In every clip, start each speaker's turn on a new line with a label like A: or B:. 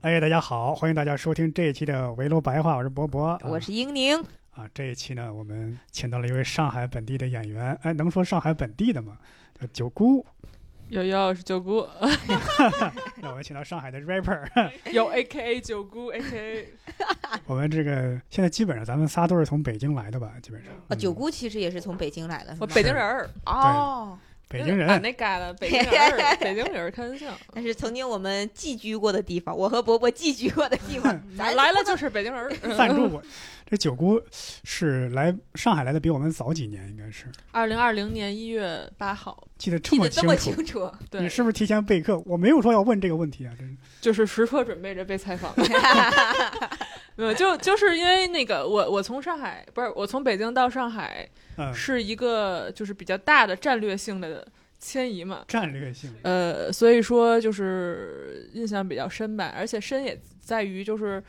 A: 哎，大家好，欢迎大家收听这一期的围炉白话，我是博博，
B: 我是英宁，
A: 啊，这一期呢，我们请到了一位上海本地的演员，哎，能说上海本地的吗？叫九姑。
C: 有幺是九姑，
A: 哎那我们请到上海的 rapper，
C: 有 A K A 九姑 A K
A: 我们这个现在基本上咱们仨都是从北京来的吧，基本上。
B: 啊，九
A: 嗯、
B: 姑其实也是从北京来的，是
C: 我
B: 吗
C: 北京人儿，
B: 哦，
A: 北京
C: 把
A: 人，
C: 啊
A: 哎
C: 那改了，北京人儿，北京人儿，开玩笑，，
B: 那是曾经我们寄居过的地方，我和伯伯寄居过的地方 咱
C: 来了就是北京人儿。
A: 赞助我。这九姑是来上海来的比我们早几年，应该是
C: 二零二零年一月八号，
A: 记得这
B: 记
A: 么
B: 得
A: 清楚。
B: 这么清楚。
A: 你
C: 对，
A: 是不是提前备课？我没有说要问这个问题啊，真是。
C: 就是时刻准备着被 采访。没有，就就是因为那个我我从上海不是我从北京到上海
A: 嗯，
C: 是一个就是比较大的战略性的迁移嘛，
A: 战略性。
C: 呃，所以说就是印象比较深吧，而且深也在于就是，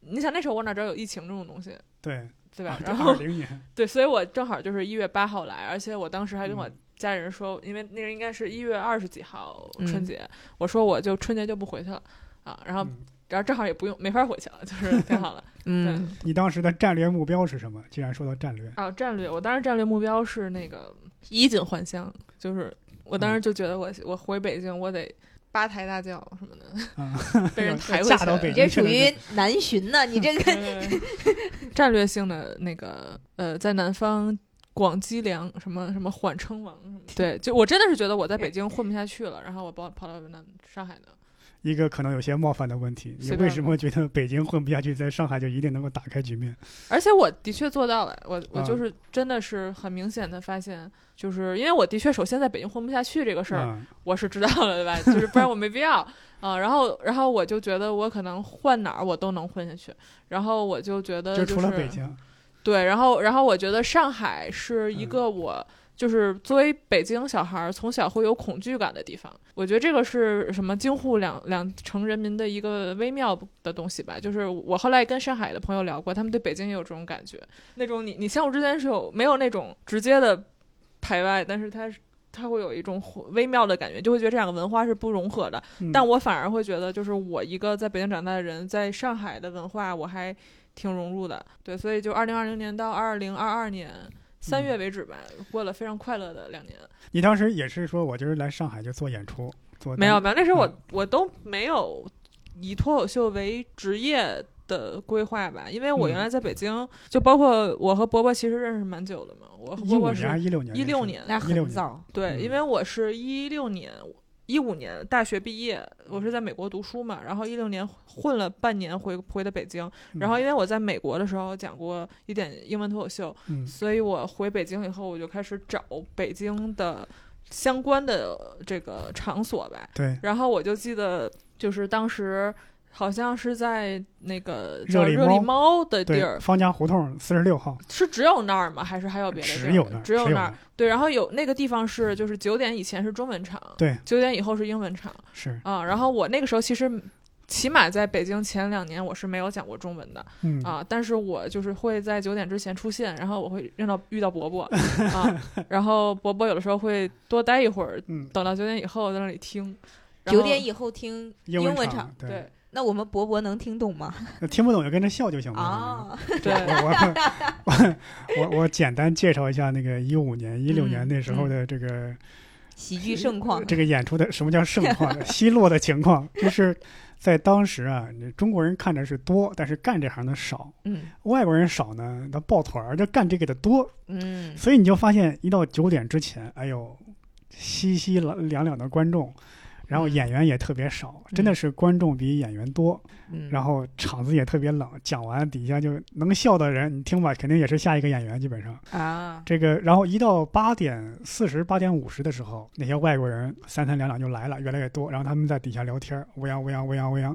C: 你想那时候我哪知道有疫情这种东西，
A: 对，
C: 对吧？
A: 啊
C: 然
A: 二
C: 后
A: 零年，
C: 对，所以我正好就是一月八号来，而且我当时还跟我
A: 嗯
C: 家人说，因为那个应该是一月二十几号
B: 嗯
C: 春节，我说我就春节就不回去了啊，然后、
A: 嗯
C: 然后正好也不用没法回去了，就是挺好的。
B: 嗯，
A: 你当时的战略目标是什么？既然说到战略，
C: 啊，战略，我当时战略目标是那个衣锦还乡，就是我当
A: 嗯
C: 时就觉得我我回北京我得。八抬大轿什么的，被人抬回
A: 嫁
C: 去
A: 嗯到北
B: 你
A: 京
B: 这属于南巡呢，你这个
C: 嗯战略性的那个呃，在南方广积粮，什么什么缓称王什么的，对，就我真的是觉得我在北京混不下去了，然后我跑跑到南上海的，
A: 一个可能有些冒犯的问题，你
C: 随便
A: 为什么觉得北京混不下去，在上海就一定能够打开局面？
C: 而且我的确做到了，我我
A: 啊
C: 就是真的是很明显的发现，就是因为我的确首先在北京混不下去这个事儿，
A: 啊，
C: 我是知道了对吧？就是不然我没必要啊、然后然后我就觉得我可能换哪儿我都能混下去，然后我就觉得
A: 就
C: 呃就
A: 除了
C: 是
A: 北京，
C: 对，然后然后我觉得上海是一
A: 嗯
C: 个我、就是作为北京小孩儿从小会有恐惧感的地方。我觉得这个是什么京沪两两城人民的一个微妙的东西吧。就是我后来跟上海的朋友聊过，他们对北京也有这种感觉，那种你你相互之间是有没有那种直接的排外，但是它是。它会有一种微妙的感觉，就会觉得这两个文化是不融合的。
A: 嗯
C: 但我反而会觉得，就是我一个在北京长大的人，在上海的文化我还挺融入的。对，所以就二零二零年到二零二二年
A: 嗯
C: 三月为止吧，过了非常快乐的两年。
A: 你当时也是说，我就是来上海就做演出，做
C: 没有没有，那时候我、
A: 嗯
C: 我都没有以脱口秀为职业。的规划吧，因为我
A: 嗯
C: 原来在北京，就包括我和伯伯其实认识蛮久的嘛。我和
A: 一
C: 伯
A: 五
C: 伯
A: 年还
C: 是
A: 是一六年？
C: 一六，年，
B: 那
A: 16
B: 很
A: 年
B: 早，
C: 对，
A: 嗯
C: 因为我是一六年、一五年大学毕业，我是在美国读书嘛，然后一六年混了半年回回的北京，
A: 嗯
C: 然后因为我在美国的时候讲过一点英文脱口秀，
A: 嗯
C: 所以我回北京以后，我就开始找北京的相关的这个场所吧，
A: 对，
C: 然后我就记得就是当时。好像是在那个
A: 热
C: 叫
A: 力
C: 热力
A: 猫
C: 猫的地
A: 对，
C: 儿，
A: 方家胡同四十六号，
C: 是只有那儿吗？还是还有别的地儿？
A: 只有那儿，
C: 只有
A: 那
C: 那儿。，对，然后有那个地方是就是九点以前是中文场，
A: 对，
C: 九点以后是英文场
A: 是，
C: 啊。然后我那个时候其实。起码在北京前两年我是没有讲过中文的
A: 嗯，
C: 啊，但是我就是会在九点之前出现，然后我会遇到遇 到伯伯啊，然后伯伯有的时候会多待一会儿，
A: 嗯，
C: 等到九点以后在那里听。然
B: 九
C: 后
B: 点以后听
A: 英
B: 英文
A: 场，，
C: 对
B: 那我们伯伯能听懂吗？
A: 那听不懂就跟着笑就行了。
B: 啊，
C: 对，
A: 我我我我简单介绍一下那个一五年、一六年
C: 嗯
A: 那时候的这个
B: 喜剧盛况，
A: 这个演出的什么叫盛况、奚落的情况，就是在当时啊，你中国人看着是多，但是干这行的少，
B: 嗯
A: 外国人少呢，他抱团儿就干这个的多，
B: 嗯，
A: 所以你就发现一到九点之前，哎呦，熙熙攘攘的观众。然后演员也特别少，真的是观众比演员多，
B: 嗯
A: 然后场子也特别冷。讲完底下就能笑的人，你听吧，肯定也是下一个演员，基本上。
B: 啊，
A: 这个，然后一到八点四十、八点五十的时候，那些外国人三三两两就来了，越来越多。然后他们在底下聊天，乌泱乌泱乌泱乌泱，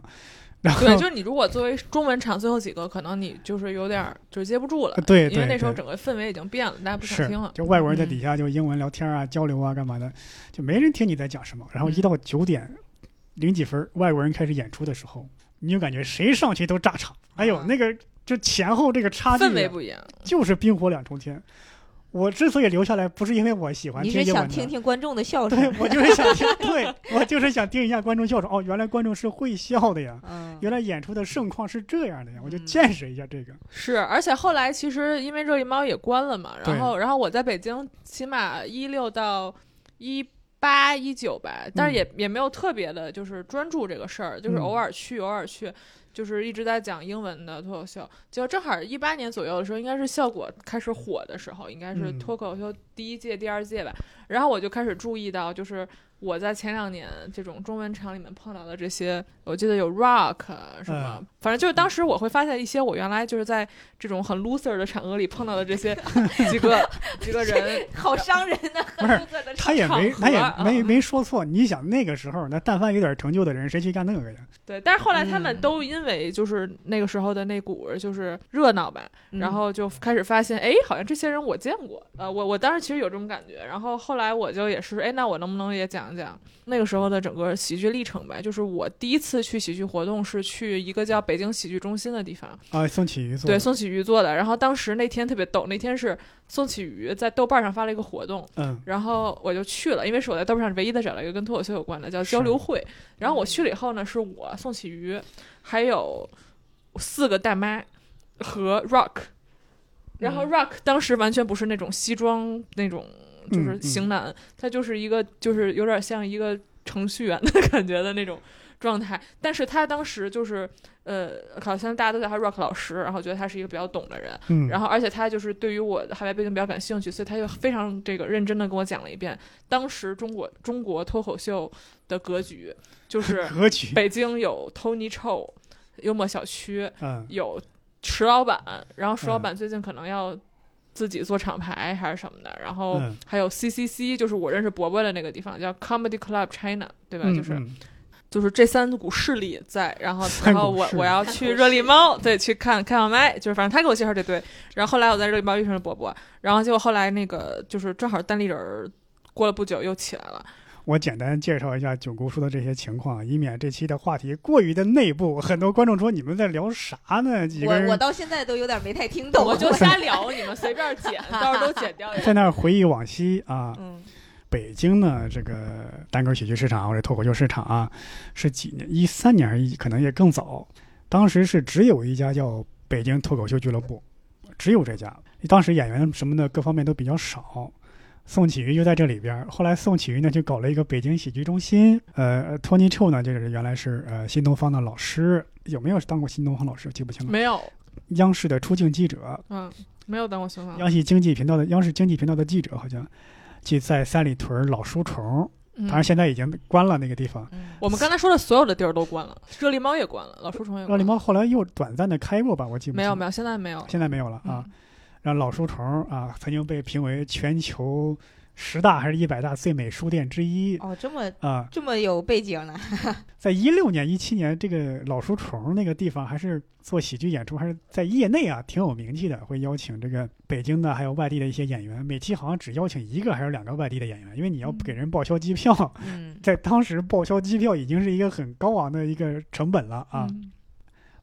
A: 然后
C: 对，就是你如果作为中文场最后几个，可能你就是有点儿就是接不住了
A: 呃，对
C: 因为
A: 对
C: 那时候
A: 对
C: 整个氛围已经变了，大家不想
A: 是
C: 听了，，
A: 就外国人在
C: 嗯
A: 底下就英文聊天啊、交流啊、干嘛的，就没人听你在讲什么。然后
C: 嗯
A: 一到九点零几分，外国人开始演出的时候，你就感觉谁上去都炸场。哎呦，
C: 啊
A: 那个就前后这个差距
C: 氛围
A: 啊，
C: 不一样，
A: 就是冰火两重天。我之所以留下来，不是因为我喜欢
B: 你
A: 听
B: 是
A: 英文
B: 想
A: 的
B: 听听观众的笑
A: 对
B: 声？
A: 我就是想听，对我就是想听一下观众笑声。哦，原来观众是会笑的呀，
B: 嗯，
A: 原来演出的盛况是这样的呀，我就
C: 嗯
A: 见识一下这个。
C: 是，而且后来其实因为热力猫也关了嘛，然后然后我在北京起码一六到一八一九吧，但是也、也没有特别的，就是专注这个事儿，就是
A: 嗯
C: 偶尔去、偶尔去，就是一直在讲英文的脱口秀。就正好一八年左右的时候，应该是效果开始火的时候，应该是
A: 嗯
C: 脱口秀第一届、第二届吧。然后我就开始注意到，就是我在前两年这种中文场里面碰到的这些，我记得有 rock 啊什么，反正就是当时我会发现一些我原来就是在这种很 loser 的场合里碰到的这些 几个几个人，
B: 好伤人呐、
A: 不是
B: 呵呵的
A: 他也没，
C: 场合
A: 他也
C: 啊
A: 没没说错。你想那个时候，那但凡有点成就的人，谁去干那个呀？
C: 对，但是后来他们
B: 嗯
C: 都因为就是那个时候的那股儿就是热闹吧，然
A: 嗯
C: 后就开始发现，哎，好像这些人我见过，呃，我我当时其实有这种感觉，然后后来我就也是，哎，那我能不能也讲一讲那个时候的整个喜剧历程呗？就是我第一次去喜剧活动是去一个叫北京喜剧中心的地方，
A: 啊，宋启瑜做
C: 对，
A: 的，
C: 宋启瑜做的，然后当时那天特别逗，那天是宋启瑜在豆瓣上发了一个活动，
A: 嗯，
C: 然后我就去了，因为是我在豆瓣上唯一的找了一个跟脱口秀有关的，叫交流会。然后我去了以后呢，是我宋启瑜，还有四个大妈和 Rock。然后
B: 嗯
C: Rock 当时完全不是那种西装那种，就是
A: 嗯嗯
C: 型男，他就是一个就是有点像一个程序员的感觉的那种状态。但是他当时就是呃，好像大家都叫他 Rock 老师，然后觉得他是一个比较懂的人。
A: 嗯，
C: 然后，而且他就是对于我的海外背景比较感兴趣，所以他就非常这个认真的跟我讲了一遍当时中国中国脱口秀的格局，就是
A: 歌曲，
C: 北京有 Tony Chou，幽默小区
A: 嗯
C: 有石老板，然后石老板最近可能要自己做厂牌还是什么的，然后
A: 嗯
C: 还有 CCC，就是我认识伯伯的那个地方叫 Comedy Club China，对吧？
A: 嗯，
C: 就是
A: 嗯
C: 就是这三股势力在，然后
A: 三
C: 然
A: 股
C: 后我
A: 势力
C: 我要去热力猫，对，去看看小麦，就是反正他给我介绍这堆，然后后来我在热力猫遇上了伯伯，然后结果后来那个就是正好单立人儿过了不久又起来了，
A: 我简单介绍一下九姑说的这些情况，以免这期的话题过于的内部，很多观众说你们在聊啥呢？几个
B: 我我
A: 人
B: 到现在都有点没太听懂，
C: 我就瞎聊，你们随便剪， 到时候都剪掉也行。
A: 在那儿回忆往昔啊。
C: 嗯
A: 北京呢，这个单口喜剧市场或者脱口秀市场啊，是几年？一三年还是一可能也更早。当时是只有一家叫北京脱口秀俱乐部，只有这家。当时演员什么的各方面都比较少。宋启瑜就在这里边儿，后来宋启瑜呢就搞了一个北京喜剧中心。呃，Tony Chou 呢，就是原来是呃新东方的老师，有没有当过新东方老师记不清了。
C: 没有，
A: 央视的出镜记者，
C: 嗯，没有当过新闻，
A: 央视经济频道的央视经济频道的记者好像，就在三里屯儿老书虫，
C: 嗯
A: 当然现在已经关了那个地方。
B: 嗯
C: 我们刚才说的所有的地儿都关了，热力猫也关了，老书虫也关了，
A: 热力猫后来又短暂的开过吧，我记不
C: 没有没
A: 有，
C: 有，现在没有了
A: 现在没有了啊。
C: 嗯
A: 然后老书虫啊，曾经被评为全球十大还是一百大最美书店之一
B: 哦，这么
A: 啊。
B: 这么有背景呢，
A: 在一六年、一七年，这个老书虫那个地方还是做喜剧演出，还是在业内啊挺有名气的，会邀请这个北京的还有外地的一些演员，每期好像只邀请一个还是两个外地的演员，因为你要
C: 嗯
A: 给人报销机票，
B: 嗯，
A: 在当时报销机票已经是一个很高昂的一个成本了啊。
C: 嗯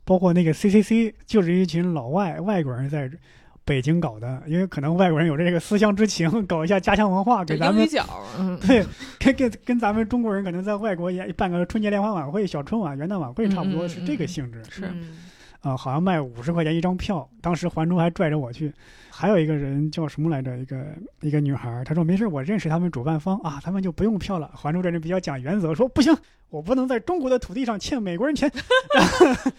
A: 包括那个 CCC，就是一群老外外国人在北京搞的，因为可能外国人有这个思乡之情，搞一下家乡文化，
C: 就
A: 给咱
C: 英语
A: 们
C: 角， 嗯，
A: 对跟跟跟咱们中国人可能在外国也办个春节联欢晚会、小春晚、元旦晚会差不
C: 嗯嗯
A: 多
C: 嗯
A: 是这个性质
C: 是
B: 嗯
A: 啊、好像卖五十块钱一张票，当时环中还拽着我去，还有一个人叫什么来着？一个一个女孩儿，她说没事，我认识他们主办方啊，他们就不用票了。环中这人比较讲原则，说不行，我不能在中国的土地上欠美国人钱。 然后，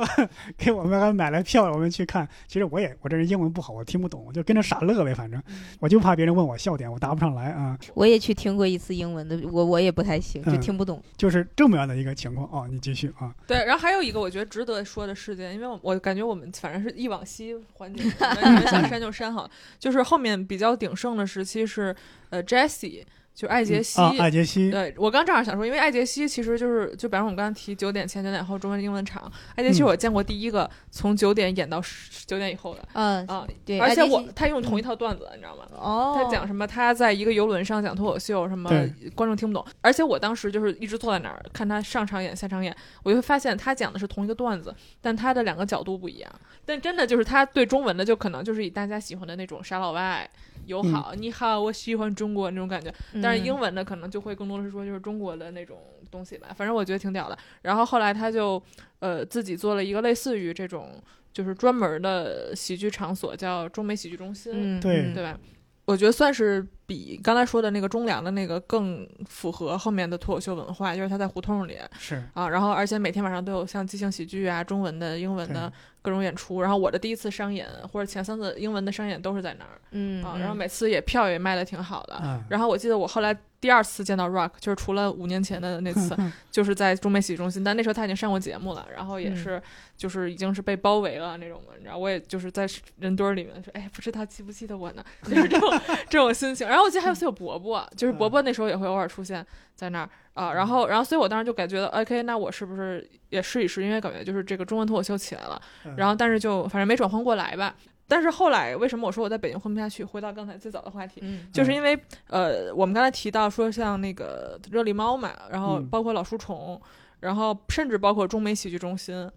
A: 然后给我们还买了票，我们去看。其实我也我这人英文不好，我听不懂，我就跟着傻乐呗，反正
C: 嗯
A: 我就怕别人问我笑点，我答不上来啊。
B: 我也去听过一次英文的，我我也不太行，就
A: 嗯
B: 听不懂。
A: 就是这么样的一个情况啊、你继续啊，
C: 对，然后还有一个我觉得值得说的事件，因为我我感觉我们反正是忆往昔 环节，我们你们想删就删好了。就是后面比较鼎盛的时期是呃 Jessie，就是艾杰西。
A: 啊，艾杰西，
C: 对，我刚正好想说，因为艾杰西其实就是，就比方说我们刚刚提九点前、九点后中文英文场，艾杰西是
A: 嗯
C: 我见过第一个从九点演到十九点以后的
B: 嗯，
C: 啊，
B: 对，
C: 而且
B: 艾迪西嗯
C: 我他用同一套段子，你知道吗？
B: 哦，
C: 他讲什么？他在一个游轮上讲脱口秀，什么
A: 对
C: 观众听不懂。而且我当时就是一直坐在那儿看他上场演、下场演，我就会发现他讲的是同一个段子，但他的两个角度不一样。但真的就是他对中文的，就可能就是以大家喜欢的那种傻老外友好，你好，我喜欢中国那种感觉。
B: 嗯
C: 但是英文的可能就会更多的是说就是中国的那种东西吧，反正我觉得挺屌的。然后后来他就呃自己做了一个类似于这种就是专门的喜剧场所，叫中美喜剧中心。
B: 嗯，嗯
A: 对
C: 对吧？我觉得算是比刚才说的那个中粮的那个更符合后面的脱口秀文化，就是他在胡同里
A: 是
C: 啊，然后而且每天晚上都有像即兴喜剧啊、中文的、英文的各种演出。然后我的第一次商演或者前三次英文的商演都是在那儿
B: 嗯，
C: 啊，
B: 嗯
C: 然后每次也票也卖的挺好的。
A: 啊，
C: 然后我记得我后来第二次见到 Rock，就是除了五年前的那次，就是在中美喜剧中心，但那时候他已经上过节目了，然后也是、就是已经是被包围了那种嘛，你知道，我也就是在人堆儿里面说，哎，不知道记不记得我呢， 就是这种这种心情。然后我记得还有次有伯伯，就是伯伯那时候也会偶尔出现在那儿啊，然后然后所以我当时就感觉到，OK，那呃我是不是也试一试？因为感觉就是这个中文脱口秀起来了，
A: 嗯
C: 然后但是就反正没转换过来吧。但是后来为什么我说我在北京混不下去？回到刚才最早的话题，
B: 嗯
C: 就是
A: 嗯
C: 因为、呃，我们刚才提到说像那个热力猫嘛，然后
A: 嗯
C: 包括老书虫，然后甚至包括中美喜剧中心，啊、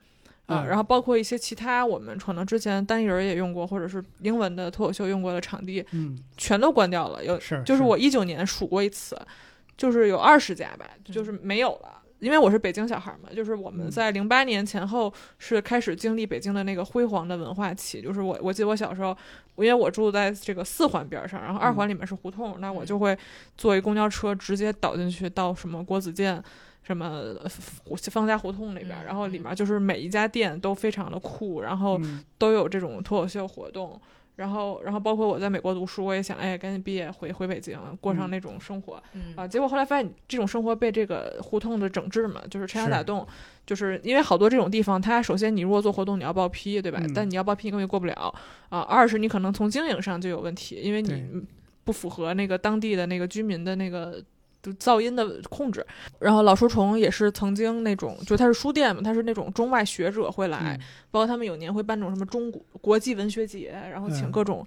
A: 嗯
C: 然后包括一些其他我们可能之前单立人也用过，或者是英文的脱口秀用过的场地，
A: 嗯，
C: 全都关掉了。有
A: 是，
C: 就是我一九年数过一次，就是有二十家吧，就是没有了。因为我是北京小孩嘛，就是我们
A: 嗯
C: 在零八年前后是开始经历北京的那个辉煌的文化期。就是我，我记得我小时候，因为我住在这个四环边上，然后二环里面是胡同，那我就会坐一公交车直接倒进去到什么国子监。什么呃胡方家胡同那边，
B: 嗯
C: 然后里面就是每一家店都非常的酷，然后
A: 嗯
C: 都有这种脱口秀活动。然后，然后包括我在美国读书，我也想，哎，赶紧毕业回回北京，过上
A: 嗯
C: 那种生活、
B: 嗯
C: 啊。结果后来发现，这种生活被这个胡同的整治嘛，就是拆家
A: 是
C: 打洞，就是因为好多这种地方，它首先你如果做活动，你要报批，对吧？
A: 嗯
C: 但你要报批，你根本就过不了啊。二是你可能从经营上就有问题，因为
A: 对
C: 你不符合那个当地的那个居民的那个就噪音的控制。然后老书虫也是曾经那种，就它是书店嘛，它是那种中外学者会来，
A: 嗯
C: 包括他们有年会办那种什么中国国际文学节，然后请
A: 嗯
C: 各种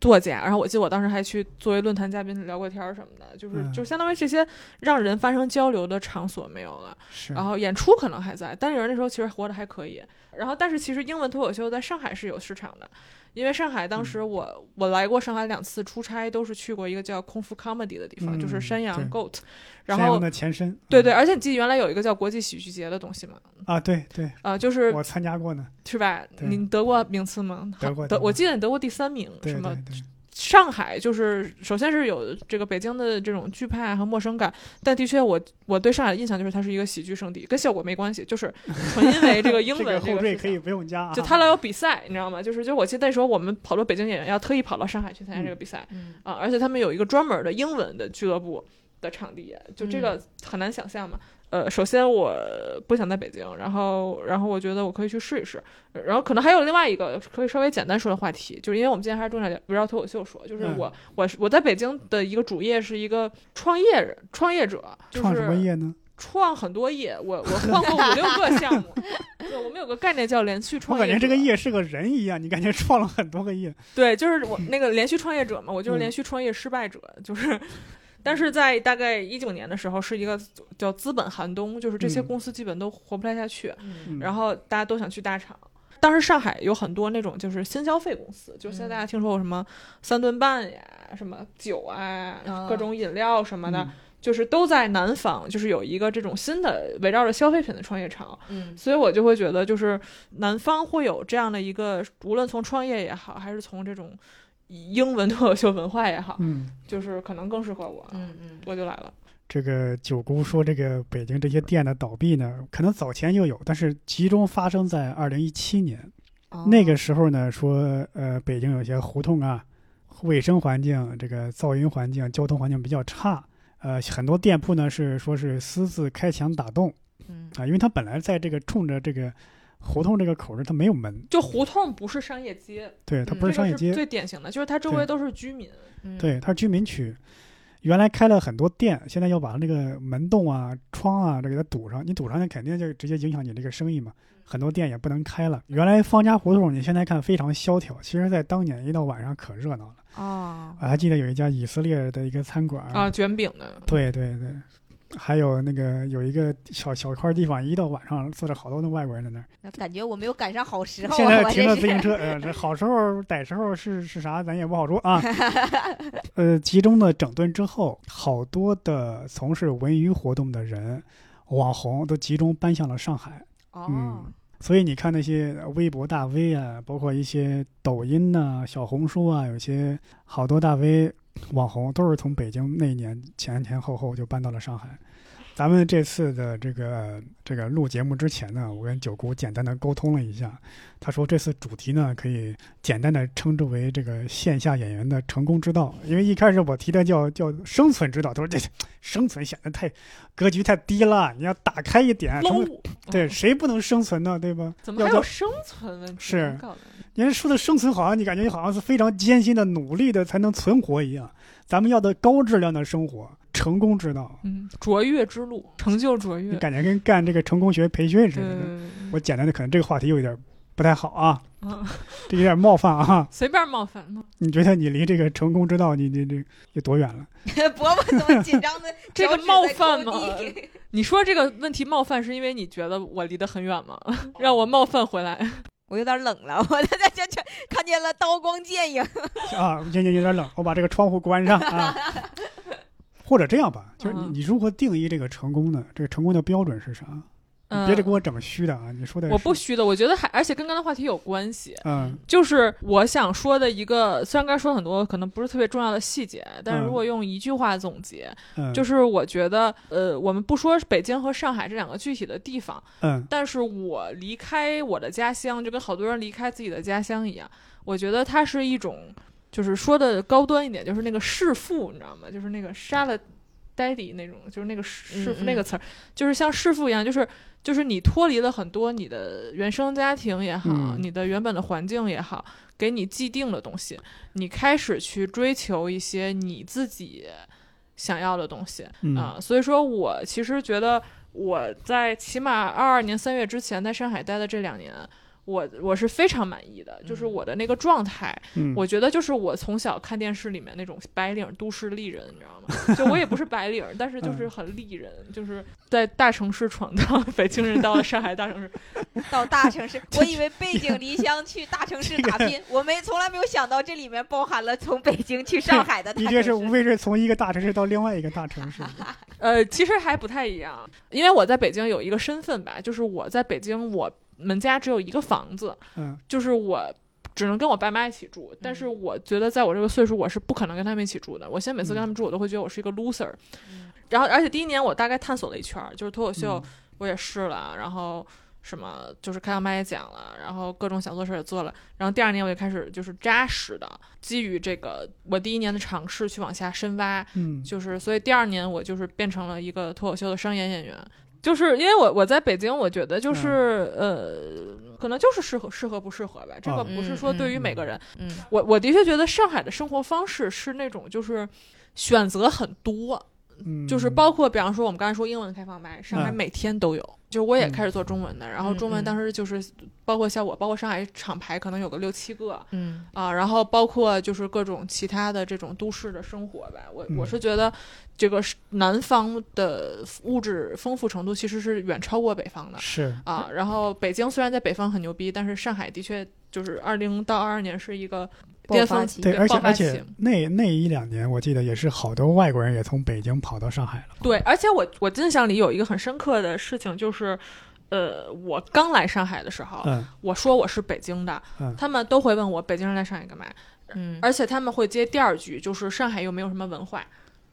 C: 作家，然后我记得我当时还去作为论坛嘉宾聊过天儿什么的，就是、
A: 嗯
C: 就相当于这些让人发生交流的场所没有了，
A: 是，
C: 然后演出可能还在，但是人那时候其实活得还可以，然后但是其实英文脱口秀在上海是有市场的。因为上海当时我、我来过上海两次出差，都是去过一个叫空腹 comedy 的地嗯方，就是
A: 嗯
C: 山羊
A: 对
C: goat，然
A: 山羊
C: 后
A: 的前身，嗯
C: 对对，而且你记得原来有一个叫国际喜剧节的东西嘛，
A: 啊，对对，
C: 啊、就是
A: 我参加过呢，
C: 是吧？
A: 对
C: 你得过名次吗？
A: 得
C: 好
A: 过
C: 得
A: 得过
C: 我记得你得过第三名，
A: 对
C: 什
A: 对
C: 么
A: 对，
C: 上海就是首先是有这个北京的这种惧怕和陌生感，但的确我我对上海的印象就是它是一个喜剧圣地，跟效果没关系，就是纯因为这个英
A: 这
C: 文
A: 个
C: 这
A: 后
C: 个
A: 缀
C: 事
A: 可以
C: 情。
A: 不用加啊，
C: 就他老有比赛，你知道吗？就是就我记得那时候我们好多北京演员要特意跑到上海去参加这个比赛、
B: 嗯
C: 啊，而且他们有一个专门的英文的俱乐部的场地，就这个很难想象嘛。呃，首先我不想在北京，然后然后我觉得我可以去试一试，呃然后可能还有另外一个可以稍微简单说的话题，就是因为我们今天还是重点围绕脱口秀说，就是
A: 嗯
C: 我、我是我在北京的一个主业是一个创业人创业者，就
A: 创什么
C: 是
A: 业呢？
C: 创很多业，我我换过五六个项目， 对，我们有个概念叫连续
A: 我
C: 创业
A: 感
C: 者，
A: 觉这个业是个人一样，你感觉创了很多个业，
C: 对，就是我那个连续创业者嘛，我就是
A: 嗯
C: 连续创业失败者，就是。但是在大概一九年的时候，是一个叫资本寒冬，就是这些
A: 嗯
C: 公司基本都活不太下去，
B: 嗯
C: 然后大家都想去大厂。当时上海有很多那种就是新消费公司，就现在
A: 嗯
C: 大家听说有什么三顿半呀、什么酒啊、
B: 啊
C: 各种饮料什么的，
A: 嗯
C: 就是都在南方，就是有一个这种新的围绕着消费品的创业潮。
B: 嗯
C: 所以我就会觉得，就是南方会有这样的一个，无论从创业也好，还是从这种英文脱口 秀文化也好，
A: 嗯。
C: 就是可能更适合我，
B: 嗯嗯
C: 我就来了。
A: 这个九姑说，这个北京这些店的倒闭呢，可能早前就有，但是集中发生在二零一七年、
B: 哦
A: 那个时候呢，说呃，北京有些胡同啊，卫生环境、这个噪音环境、交通环境比较差，呃，很多店铺呢是说是私自开墙打洞
B: 嗯
A: 啊，因为它本来在这个冲着这个胡同这个口儿呢，它没有门，
C: 就胡同不是商业街，
A: 嗯对，它不是
C: 嗯这
A: 商
C: 个
A: 业
C: 是
A: 街，
C: 最典型的，就是它周围
A: 对
C: 都是居民。
B: 嗯
A: 对，它是居民区。原来开了很多店，现在要把那个门洞啊、窗啊都给它堵上，你堵上，那肯定就直接影响你这个生意嘛。
C: 嗯
A: 很多店也不能开了。原来方家胡同，你现在看非常萧条，其实在当年一到晚上可热闹了。
B: 哦
C: 啊
A: 我还记得有一家以色列的一个餐馆
C: 啊，卷饼的，
A: 对对对，还有那个有一个小小块地方，一到晚上坐着好多那外国人在那儿。
B: 感觉我没有赶上好时候啊，
A: 现在
B: 我
A: 停
B: 这
A: 着自行
B: 是。
A: 车，呃，这好时候歹时候是是啥，咱也不好说 啊。呃，集中的整顿之后，好多的从事文娱活动的人、网红都集中搬向了上海。
C: 哦
A: 嗯，所以你看那些微博大 V 啊，包括一些抖音呐、小红书啊，有些好多大 V 网红都是从北京那一年前前后后就搬到了上海。咱们这次的这个这个录节目之前呢，我跟九姑简单的沟通了一下，她说这次主题呢可以简单的称之为这个线下演员的成功之道，因为一开始我提的叫叫生存之道， 她说这生存显得太格局太低了，你要打开一点，哎成为
C: low，
A: 对，
C: 嗯，
A: 谁不能生存呢？对吧？
C: 怎么还
A: 要
C: 有
A: 叫
C: 生存问题？
A: 是
C: 搞的
A: 人家说的生存，好像你感觉好像是非常艰辛的努力的才能存活一样。咱们要的高质量的生活，成功之道，
C: 嗯，卓越之路，成就卓
A: 你
C: 越，
A: 感觉跟干这个成功学培训似
C: 对，
A: 的。
C: 嗯
A: 我简单的，可能这个话题有点不太好啊，
C: 嗯
A: 这有点冒犯啊。
C: 随便冒犯嘛。
A: 你觉得你离这个成功之道，你你这有多远了？
B: 伯伯怎么紧张的？
C: 这个冒犯吗
B: 吗？
C: 你说这个问题冒犯，是因为你觉得我离得很远吗？ 让我冒犯回来。
B: 我有点冷了，我在这这看见了刀光剑影。
A: 啊，今天有点冷，我把这个窗户关上啊。 或者这样吧，就是你
C: 嗯
A: 你如何定义这个成功呢？这个成功的标准是啥？ 你
C: 嗯，
A: 别得给我整虚的啊！你说的
C: 我不
A: 是
C: 虚的，我觉得还而且跟刚才话题有关系。
A: 嗯
C: 就是我想说的一个，虽然刚才说了很多可能不是特别重要的细节，但是如果用一句话总结，
A: 嗯，
C: 就是是我觉得，呃，我们不说北京和上海这两个具体的地方，
A: 嗯
C: 但是我离开我的家乡，就跟好多人离开自己的家乡一样，我觉得它是一种，就是说的高端一点，就是那个弑父，你知道吗？就是那个杀了。daddy 那种，就是那个弑父
B: 嗯嗯
C: 那个词儿，就是像弑父一样，就是就是你脱离了很多你的原生家庭也好，
A: 嗯
C: 你的原本的环境也好，给你既定的东西，你开始去追求一些你自己想要的东西。啊、
A: 嗯
C: 所以说我其实觉得我在起码二二年三月之前在上海待的这两年，我我是非常满意的，就是我的那个状态，
A: 嗯，
C: 我觉得就是我从小看电视里面那种白领都市丽人，你知道吗？ 就我也不是白领，但是
A: 嗯
C: 就是很丽人，就是在大城市闯荡，北京人到了上海大城市，
B: 到大城市，我以为背井离乡去大城市打拼，我没从来没有想到这里面包含了从北京去上 海的大
A: 你
B: 城
A: 这
B: 市
A: 是。无非是从一个大城市到另外一个大 城市。
C: 呃，其实还不太一样，因为我在北京有一个身份吧，就是我在北京我们家只有一个房子，
A: 嗯
C: 就是我只能跟我爸妈一起住，但是我觉得在我这个岁数，我是不可能跟他们一起住的。我现在每次跟他们住，我都会觉得我是一个 loser。
B: 嗯
C: 然后，而且第一年我大概探索了一圈儿， 就是脱口秀
A: 嗯
C: 我也试了，然后什么就是开放麦也讲了，然后各种想做事儿也做了。然后第二年我就开始就是扎实的，基于这个我第一年的尝试去往下深挖，
A: 嗯
C: 就是所以第二年我就是变成了一个脱口秀的商演演员，就是因为我我在北京，我觉得就是、
A: 嗯
C: 呃，可能就是适合适合不适合吧，这个
A: 啊
C: 不是说对于每个人，
B: 嗯，
C: 我我的确觉得上海的生活方式是那种就是选择很多，
A: 嗯，
C: 就是包括比方说我们刚才说英文开放麦，上海
A: 嗯
C: 每天都有。就是我也
A: 嗯
C: 开始做中文的，然后中文
B: 嗯嗯
C: 当时就是包括像我，包括上海厂牌可能有个六七个，
B: 嗯
C: 啊，然后包括就是各种其他的这种都市的生活吧。我
A: 嗯
C: 我是觉得，这个是南方的物质丰富程度其实是远超过北方的
A: 嗯是
C: 啊。然后北京虽然在北方很牛逼，但是上海的确就是二零到二二年是一个
B: 爆
C: 巅
B: 发
C: 峰
B: 期
A: 对，
C: 对
A: 而且
C: 爆发
A: 而且
C: 期
A: 那那一两年，我记得也是好多外国人也从北京跑到上海了。
C: 对，而且我我印象里有一个很深刻的事情就是。呃，我刚来上海的时候，
A: 嗯
C: 我说我是北京的，
A: 嗯
C: 他们都会问我北京人来上海干嘛，
B: 嗯，
C: 而且他们会接第二句，就是上海又没有什么文化，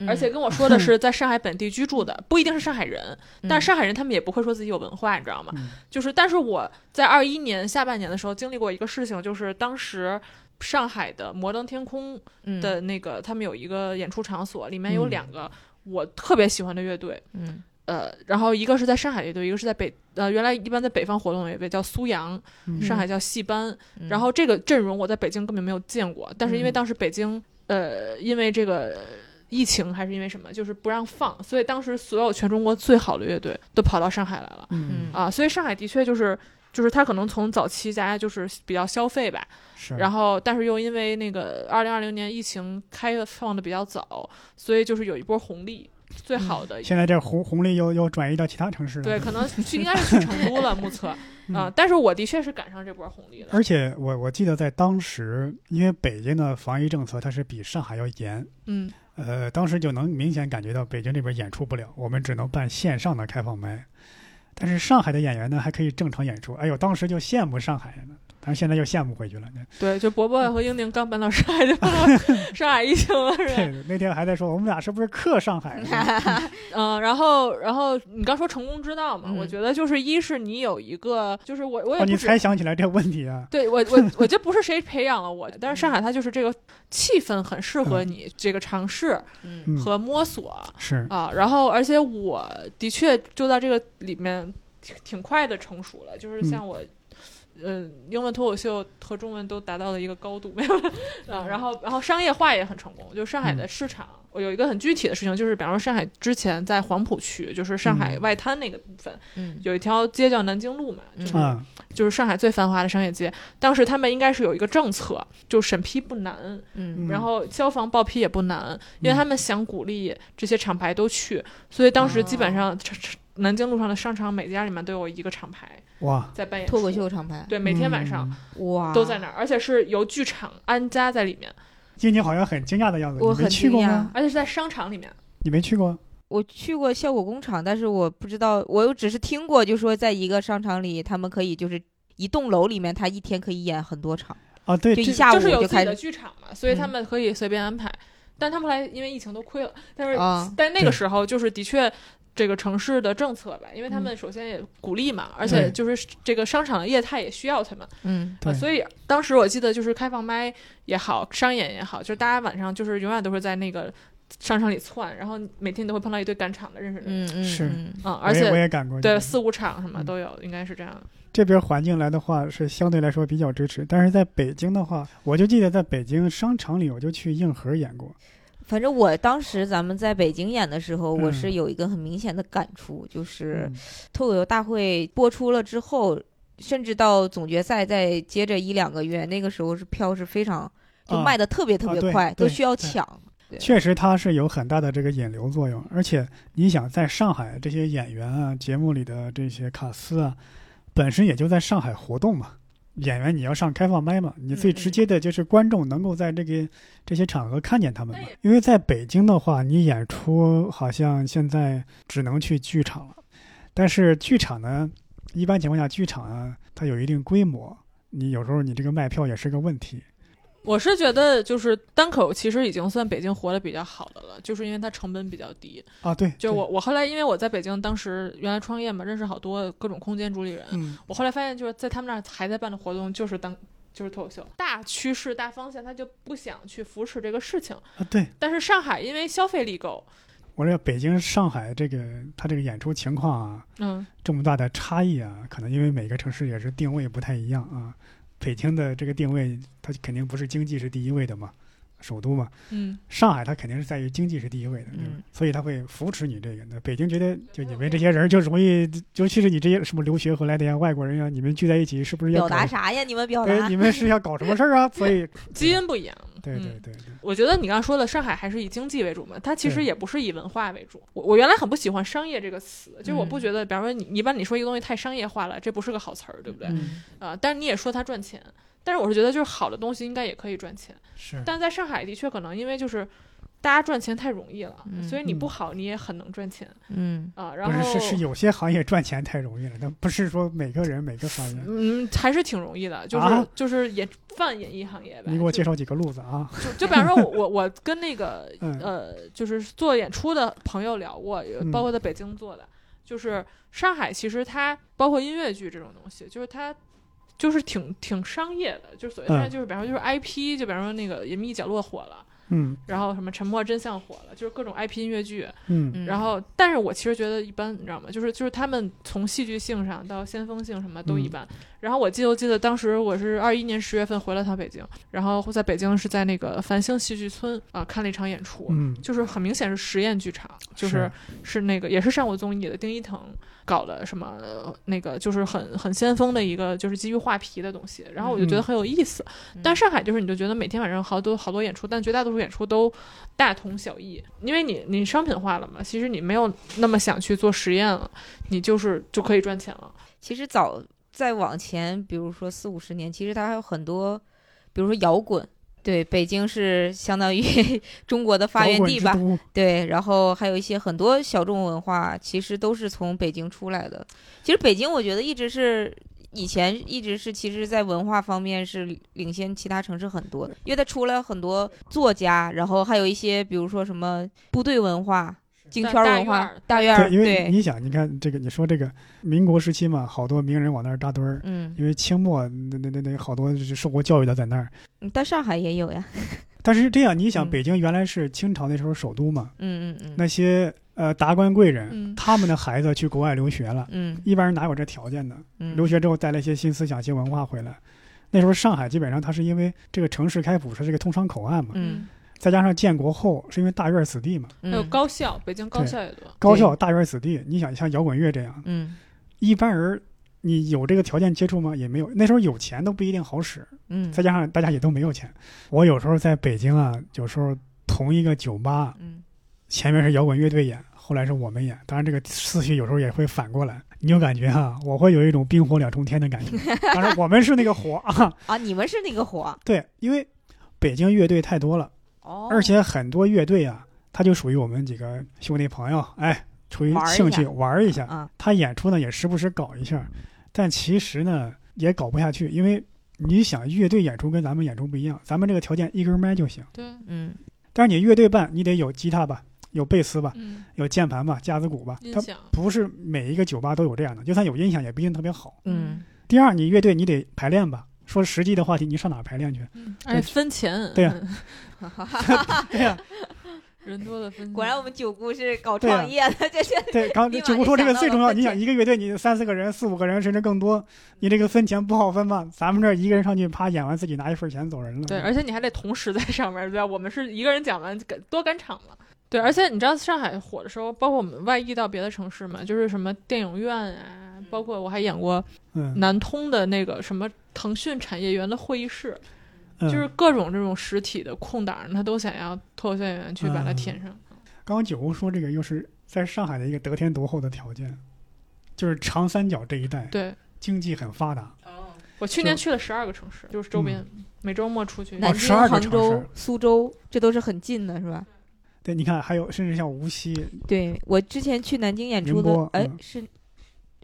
C: 而且
B: 嗯，
C: 跟我说 的是在上海本地居住的，不一定是上海人，
B: 嗯
C: 但上海人他们也不会说自己有文化，你知道吗？
A: 嗯
C: 就是，但是我在二一年下半年的时候经历过一个事情，就是当时。上海的摩登天空
B: 嗯
C: 的那个，他们有一个演出场所，里面有
A: 嗯
C: 两个我特别喜欢的乐队，
B: 嗯
C: 呃，然后一个是在上海乐队，一个是在北，呃，原来一般在北方活动的乐队叫苏阳，
A: 嗯
C: 上海叫戏班，
B: 嗯
C: 然后这个阵容我在北京根本没有见过，但是因为
B: 嗯
C: 当时北京，呃，因为这个呃疫情还是因为什么，就是不让放，所以当时所有全中国最好的乐队都跑到上海来了
A: 嗯，
C: 啊，所以上海的确就是。就是他可能从早期大家就是比较消费吧，
A: 是，
C: 然
A: 后
C: 后但是又因为那个二零二零年疫情开放的比较早，所以就是有一波红利，最好的
A: 现在这红红利又又转移到其他城市了，
C: 对，可能去应该是去成都了，目测啊、但是我的确是赶上这波红利了。
A: 而且我我记得在当时，因为北京的防疫政策它是比上海要严，
C: 嗯
A: 呃，当时就能明显感觉到北京这边演出不了，我们只能办线上的开放麦。但是上海的演员呢，还可以正常演出。哎呦，当时就羡慕上海呢，但是现在又羡慕回去了。
C: 对，就伯伯和英宁刚搬到上海，就碰到上海疫情了，是吧？
A: 对，那天还在说我们俩是不是克上海 了？
C: 嗯，然后，然后你刚说成功之道嘛，
B: 嗯
C: 我觉得就是一是你有一个，就是我我也
A: 哦，你
C: 不是。
A: 才想起来这问题啊？
C: 对我，我我觉得不是谁培养了我，但是上海
A: 嗯
C: 它就是这个气氛很适合你这个尝试
B: 嗯
A: 嗯，
C: 和摸索，
A: 是，
C: 啊，然后而且我的确就在这个里面挺挺快的成熟了，就是
A: 嗯
C: 像我，嗯、英文脱口秀和中文都达到了一个高度，没有了啊，然后然后商业化也很成功，就上海
A: 嗯
C: 的市场。我有一个很具体的事情，就是比方说上海之前在黄浦区，就是上海
A: 嗯
C: 外滩那个部分，
B: 嗯
C: 有一条街叫南京路嘛，
B: 嗯
C: 就是、
A: 嗯
C: 就是上海最繁华的商业街。当时他们应该是有一个政策，就审批不难，
B: 嗯
C: 然后消防报批也不难，
A: 嗯
C: 因为他们想鼓励这些厂牌都去，所以当时基
A: 哦
C: 本上这这南京路上的商场每家里面都有一个厂牌
A: 哇，
C: 在扮演
B: 脱口，秀啊厂牌，
C: 对，每天晚上
A: 嗯
B: 哇，
C: 都在那儿，而且是由剧场安家在里面，
A: 今天好像很惊讶的样子，
B: 我
A: 你没
B: 很
A: 去
B: 惊
A: 过
B: 讶
A: 吗？。
C: 而且是在商场里面，
A: 你没去过？
B: 我去过效果工厂，但是我不知道，我又只是听过，就说在一个商场里，他们可以就是一栋楼里面，他一天可以演很多场，
A: 啊，对，
B: 就一
A: 这
B: 下午
C: 就是有自己
B: 开
C: 的
B: 始嗯
C: 剧场嘛，所以他们可以随便安排。但他们后来因为疫情都亏了，但是、
B: 啊
C: 但那
A: 对
C: 个时候就是的确。这个城市的政策吧，因为
B: 嗯
C: 他们首先也鼓励嘛，而且
A: 对
C: 就是这个商场的业态也需要他们，
B: 嗯
A: 对
C: 啊，所以当时我记得就是开放麦也好，商演也好，就是大家晚上就是永远都是在那个商场里窜，然后每天你都会碰到一堆赶场的认识的人，
B: 嗯嗯，
A: 是
B: 嗯
C: 嗯，
A: 我
C: 而
A: 也我
C: 且
A: 也赶过去。
C: 对四五场什么
A: 嗯
C: 都有，应该是这样。
A: 这边环境来的话是相对来说比较支持，但是在北京的话，我就记得在北京商场里我就去硬核演过，
B: 反正我当时咱们在北京演的时候，我
A: 嗯
B: 是有一个很明显的感触，就是
A: 嗯
B: 脱口秀大会播出了之后，甚至到总决赛再接着一两个月，那个时候是票是非常就
A: 啊
B: 卖的特别特
A: 啊
B: 别
A: 对
B: 快，都
A: 对
B: 需要
A: 对
B: 抢。
A: 确实它是有很大的这个引流作用，而且你想在上海这些演员啊，节目里的这些卡司啊，本身也就在上海活动嘛。演员你要上开放麦嘛，你最
C: 嗯嗯
A: 直接的就是观众能够在这个这些场合看见他们嘛。因为在北京的话，你演出好像现在只能去剧场了，但是剧场呢，一般情况下剧场啊，它有一定规模，你有时候你这个卖票也是个问题。
C: 我是觉得就是单口其实已经算北京活得比较好的了，就是因为它成本比较低。
A: 啊，对，
C: 就
A: 对，
C: 我我后来因为我在北京当时原来创业嘛，认识好多各种空间主理人，
A: 嗯，
C: 我后来发现，就是在他们那儿还在办的活动，就是当就是脱口秀，大趋势、大方向，他就不想去扶持这个事情。
A: 啊，对，
C: 但是上海因为消费力够，
A: 我这北京、上海这个它这个演出情况啊，
C: 嗯，
A: 这么大的差异啊，可能因为每个城市也是定位不太一样啊。北京的这个定位，它肯定不是经济是第一位的嘛，首都嘛。
C: 嗯，
A: 上海它肯定是在于经济是第一位的，对吧
B: 嗯
A: 所以它会扶持你这个。那北京觉得就你们这些人就容易，尤其是你这些什么留学回来的呀、外国人呀，你们聚在一起是不是要
B: 表达
A: 搞？
B: 啥呀？你们表
A: 对，
B: 达
A: 你们是要搞什么事儿啊？所以，
C: 基因不一样。
A: 对对
C: 嗯
A: 对对，
C: 我觉得你刚刚说的上海还是以经济为主嘛，它其实
A: 对
C: 也不是以文化为主。我我原来很不喜欢“商业”这个词，就是我
B: 嗯
C: 不觉得，比方说你一般你说一个东西太商业化了，这不是个好词儿，对不对？啊、
B: 嗯
C: 但是你也说它赚钱，但是我是觉得就是好的东西应该也可以赚钱。
A: 是。
C: 但在上海的确可能因为就是大家赚钱太容易了，
B: 嗯
C: 所以你
A: 嗯
C: 不好你也很能赚钱
B: 嗯
C: 啊。然
A: 不
C: 后
A: 是是是有些行业赚钱太容易了，但不是说每个人每个行业。
C: 嗯，还是挺容易的，就是、
A: 啊
C: 就是演泛演艺行业呗。
A: 你给我
C: 就
A: 介绍几个路子啊？
C: 就就比方说 我，我我跟那个
A: 嗯
C: 呃，就是做演出的朋友聊过，有
A: 嗯
C: 包括在北京做的，就是上海其实它包括音乐剧这种东西，就是它。就是挺挺商业的，就是所谓
A: 嗯
C: 现在就是，比方说就是 IP，、就比方说那个《隐秘角落》火了，
A: 嗯
C: 然后什么《沉默真相》火了，就是各种 IP 音乐剧，
A: 嗯
B: 嗯，
C: 然后，但是我其实觉得一般，你知道吗？就是就是他们从戏剧性上到先锋性什么都一般，然后我记就记得当时我是二一年十月份回了趟北京，然后在北京是在那个繁星戏剧村啊、看了一场演出，
A: 嗯，
C: 就是很明显是实验剧场，就是是是那个也是上过综艺的丁一腾搞了什么呃那个就是很很先锋的一个就是基于画皮的东西，然后我就觉得
A: 嗯
C: 很有意思。
B: 嗯
C: 但上海就是你就觉得每天晚上好多好多演出，但绝大多数演出都大同小异，因为你你商品化了嘛，其实你没有那么想去做实验了，你就是就可以赚钱了。
B: 其实早再往前，比如说四五十年，其实它还有很多，比如说摇滚，对，北京是相当于 中国的发源地吧
A: 摇，滚之
B: 对，然后还有一些很多小众文化，其实都是从北京出来的。其实北京，我觉得一直是。以前一直是，其实，在文化方面是领先其他城市很多的，因为它出了很多作家，然后还有一些，比如说什么部队文化、京圈
C: 大
B: 文
C: 院
B: 化
C: 儿、
B: 大院
A: 都
B: 儿，
A: 对，因为
B: 对，
A: 你想，你看这个，你说这个民国时期嘛，好多名人往那儿扎堆儿，
B: 嗯，
A: 因为清末那那那那好多是受过教育的在那儿。
B: 嗯但上海也有呀，
A: 但是这样，你想，
B: 嗯
A: 北京原来是清朝那时候首都嘛，
B: 嗯嗯嗯，
A: 那些呃达官贵人，
C: 嗯
A: 他们的孩子去国外留学了，
B: 嗯
A: 一般人哪有这条件呢？
B: 嗯，
A: 留学之后带来一些新思想、新文化回来。那时候上海基本上它是因为这个城市开埠，它是一个通商口岸嘛，
B: 嗯，
A: 再加上建国后是因为大院子弟嘛，
B: 嗯
C: 还有，高校，北京高校也多。
A: 高校大院子弟，你想像摇滚乐这样，
B: 嗯
A: 一般人你有这个条件接触吗？也没有。那时候有钱都不一定好使，
B: 嗯，
A: 再加上大家也都没有钱。我有时候在北京啊，有时候同一个酒吧，
B: 嗯
A: 前面是摇滚乐队演，后来是我们演，当然这个次序有时候也会反过来。你有感觉哈、我会有一种冰火两重天的感觉。当然，我们是那个火啊，
B: 啊，你们是那个火
A: 对，因为北京乐队太多了，
B: 哦，
A: 而且很多乐队啊，它就属于我们几个兄弟朋友，哎，出于
B: 玩儿一
A: 兴
B: 下
A: 趣玩儿一下。
B: 啊，
A: 他演出呢也时不时搞一下，但其实呢也搞不下去，因为你想乐队演出跟咱们演出不一样，咱们这个条件一根麦就行，
C: 对，
B: 嗯
A: 但是你乐队办你得有吉他吧，有贝斯吧，
C: 嗯，
A: 有键盘吧，架子鼓吧，
C: 音
A: 它
C: 响，
A: 不是每一个酒吧都有这样的，就算有音响也不一定特别好。
B: 嗯
A: 第二，你乐队你得排练吧。说实际的话题，你上哪儿排 练去？
C: 嗯，而且分钱，
A: 对呀
C: 嗯，
B: 哎
A: 对呀、
C: 人多的分钱。
B: 果然我们九姑是搞
A: 对啊
B: 创业的，这是
A: 对，刚
B: 立马
A: 九姑
B: 就
A: 说这
B: 想
A: 个
B: 到
A: 最
B: 了
A: 重要。
B: 分
A: 你想
B: 钱
A: 一个乐队，你三四个人、四五个人，甚至更多，你这个分钱不好分吧？咱们这儿一个人上去，啪演完自己拿一份钱走人了。
C: 对，而且你还得同时在上面，对吧？我们是一个人讲完，赶多赶场了。对，而且你知道上海火的时候，包括我们外溢到别的城市嘛，就是什么电影院啊，包括我还演过
A: 嗯，
C: 南通的那个什么腾讯产业园的会议室，
A: 嗯
C: 就是各种这种实体的空档，他都想要脱口秀演员去把它
A: 嗯
C: 填上。
A: 刚刚九姑说这个，又是在上海的一个得天独厚的条件，就是长三角这一带
C: 对
A: 经济很发达，
C: 我去年去了十二个城市，就是周边，
A: 嗯
C: 每周末出去。
B: 南
A: 哦
B: 京、
A: 12个
B: 杭
A: 城
B: 州
A: 市、
B: 苏州，这都是很近的，是吧？
A: 对，你看还有甚至像无锡，
B: 对我之前去南京演出
A: 宁波
B: 的，哎
A: 嗯，
B: 是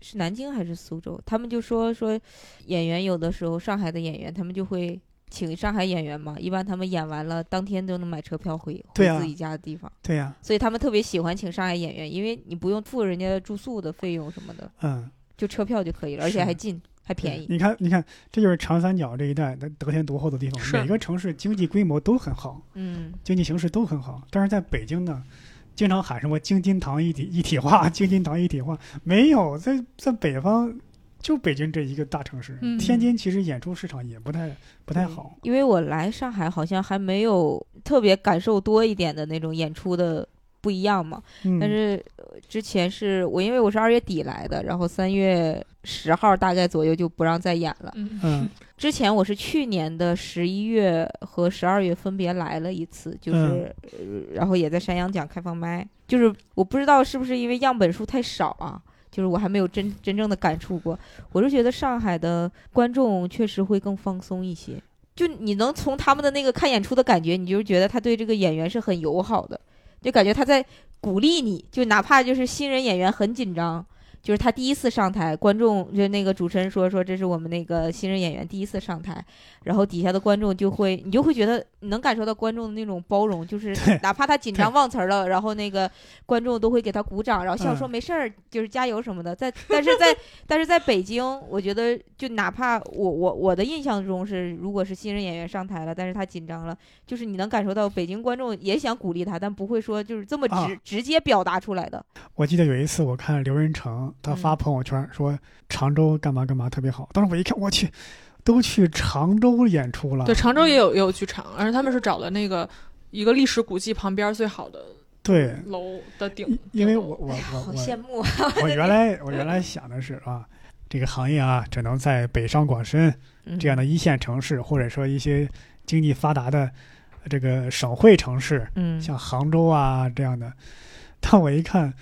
B: 是南京还是苏州？他们就说说演员有的时候上海的演员，他们就会请上海演员嘛，一般他们演完了当天都能买车票回
A: 对
B: 回
A: 啊
B: 自己家的地方，
A: 对呀、
B: 所以他们特别喜欢请上海演员，因为你不用付人家住宿的费用什么的，
A: 嗯，
B: 就车票就可以了，而且
A: 是
B: 还近还便
A: 对
B: 宜。
A: 你看，你看，这就是长三角这一带的得天独厚的地
C: 是
A: 方，每个城市经济规模都很好，
B: 嗯，
A: 经济形势都很好，但是在北京呢。经常喊什么“京津唐一体 一体化”，京津唐一体化没有，在在北方，就北京这一个大城市，
C: 嗯
A: 天津其实演出市场也不太不太
B: 对
A: 好。
B: 因为我来上海好像还没有特别感受多一点的那种演出的不一样嘛。
A: 嗯，
B: 但是呃之前是我因为我是二月底来的，然后三月十号大概左右就不让再演了。
C: 嗯，
A: 嗯，
B: 之前我是去年的十一月和十二月分别来了一次，就是、呃然后也在山羊奖开放麦，就是我不知道是不是因为样本数太少啊，就是我还没有真真正的感触过。我是觉得上海的观众确实会更放松一些，就你能从他们的那个看演出的感觉，你就觉得他对这个演员是很友好的，就感觉他在鼓励你，就哪怕就是新人演员很紧张，就是他第一次上台，观众就那个主持人说说这是我们那个新人演员第一次上台，然后底下的观众就会，你就会觉得你能感受到观众的那种包容，就是
A: 对
B: 哪怕他紧张忘词儿了，然后那个观众都会给他鼓掌，然后笑说
A: 嗯
B: 没事儿，就是加油什么的。在但是在 但是在北京，我觉得就哪怕我我我的印象中是，如果是新人演员上台了，但是他紧张了，就是你能感受到北京观众也想鼓励他，但不会说就是这么直、
A: 啊
B: 直接表达出来的。
A: 我记得有一次我看刘仁成长，他发朋友圈说常州干嘛干嘛特别好。当时我一看，我去，都去常州演出了。
C: 对，常州也有也有剧场，而且他们是找了那个一个历史古迹旁边最好的
A: 对，
C: 楼的顶
A: 因，因为我我
B: 哎呀
A: 我
B: 好
A: 我
B: 羡慕啊！
A: 我原来我原来想的是啊，这个行业啊，只能在北上广深
B: 嗯
A: 这样的一线城市，或者说一些经济发达的这个省会城市，
B: 嗯，
A: 像杭州啊这样的。但我一看，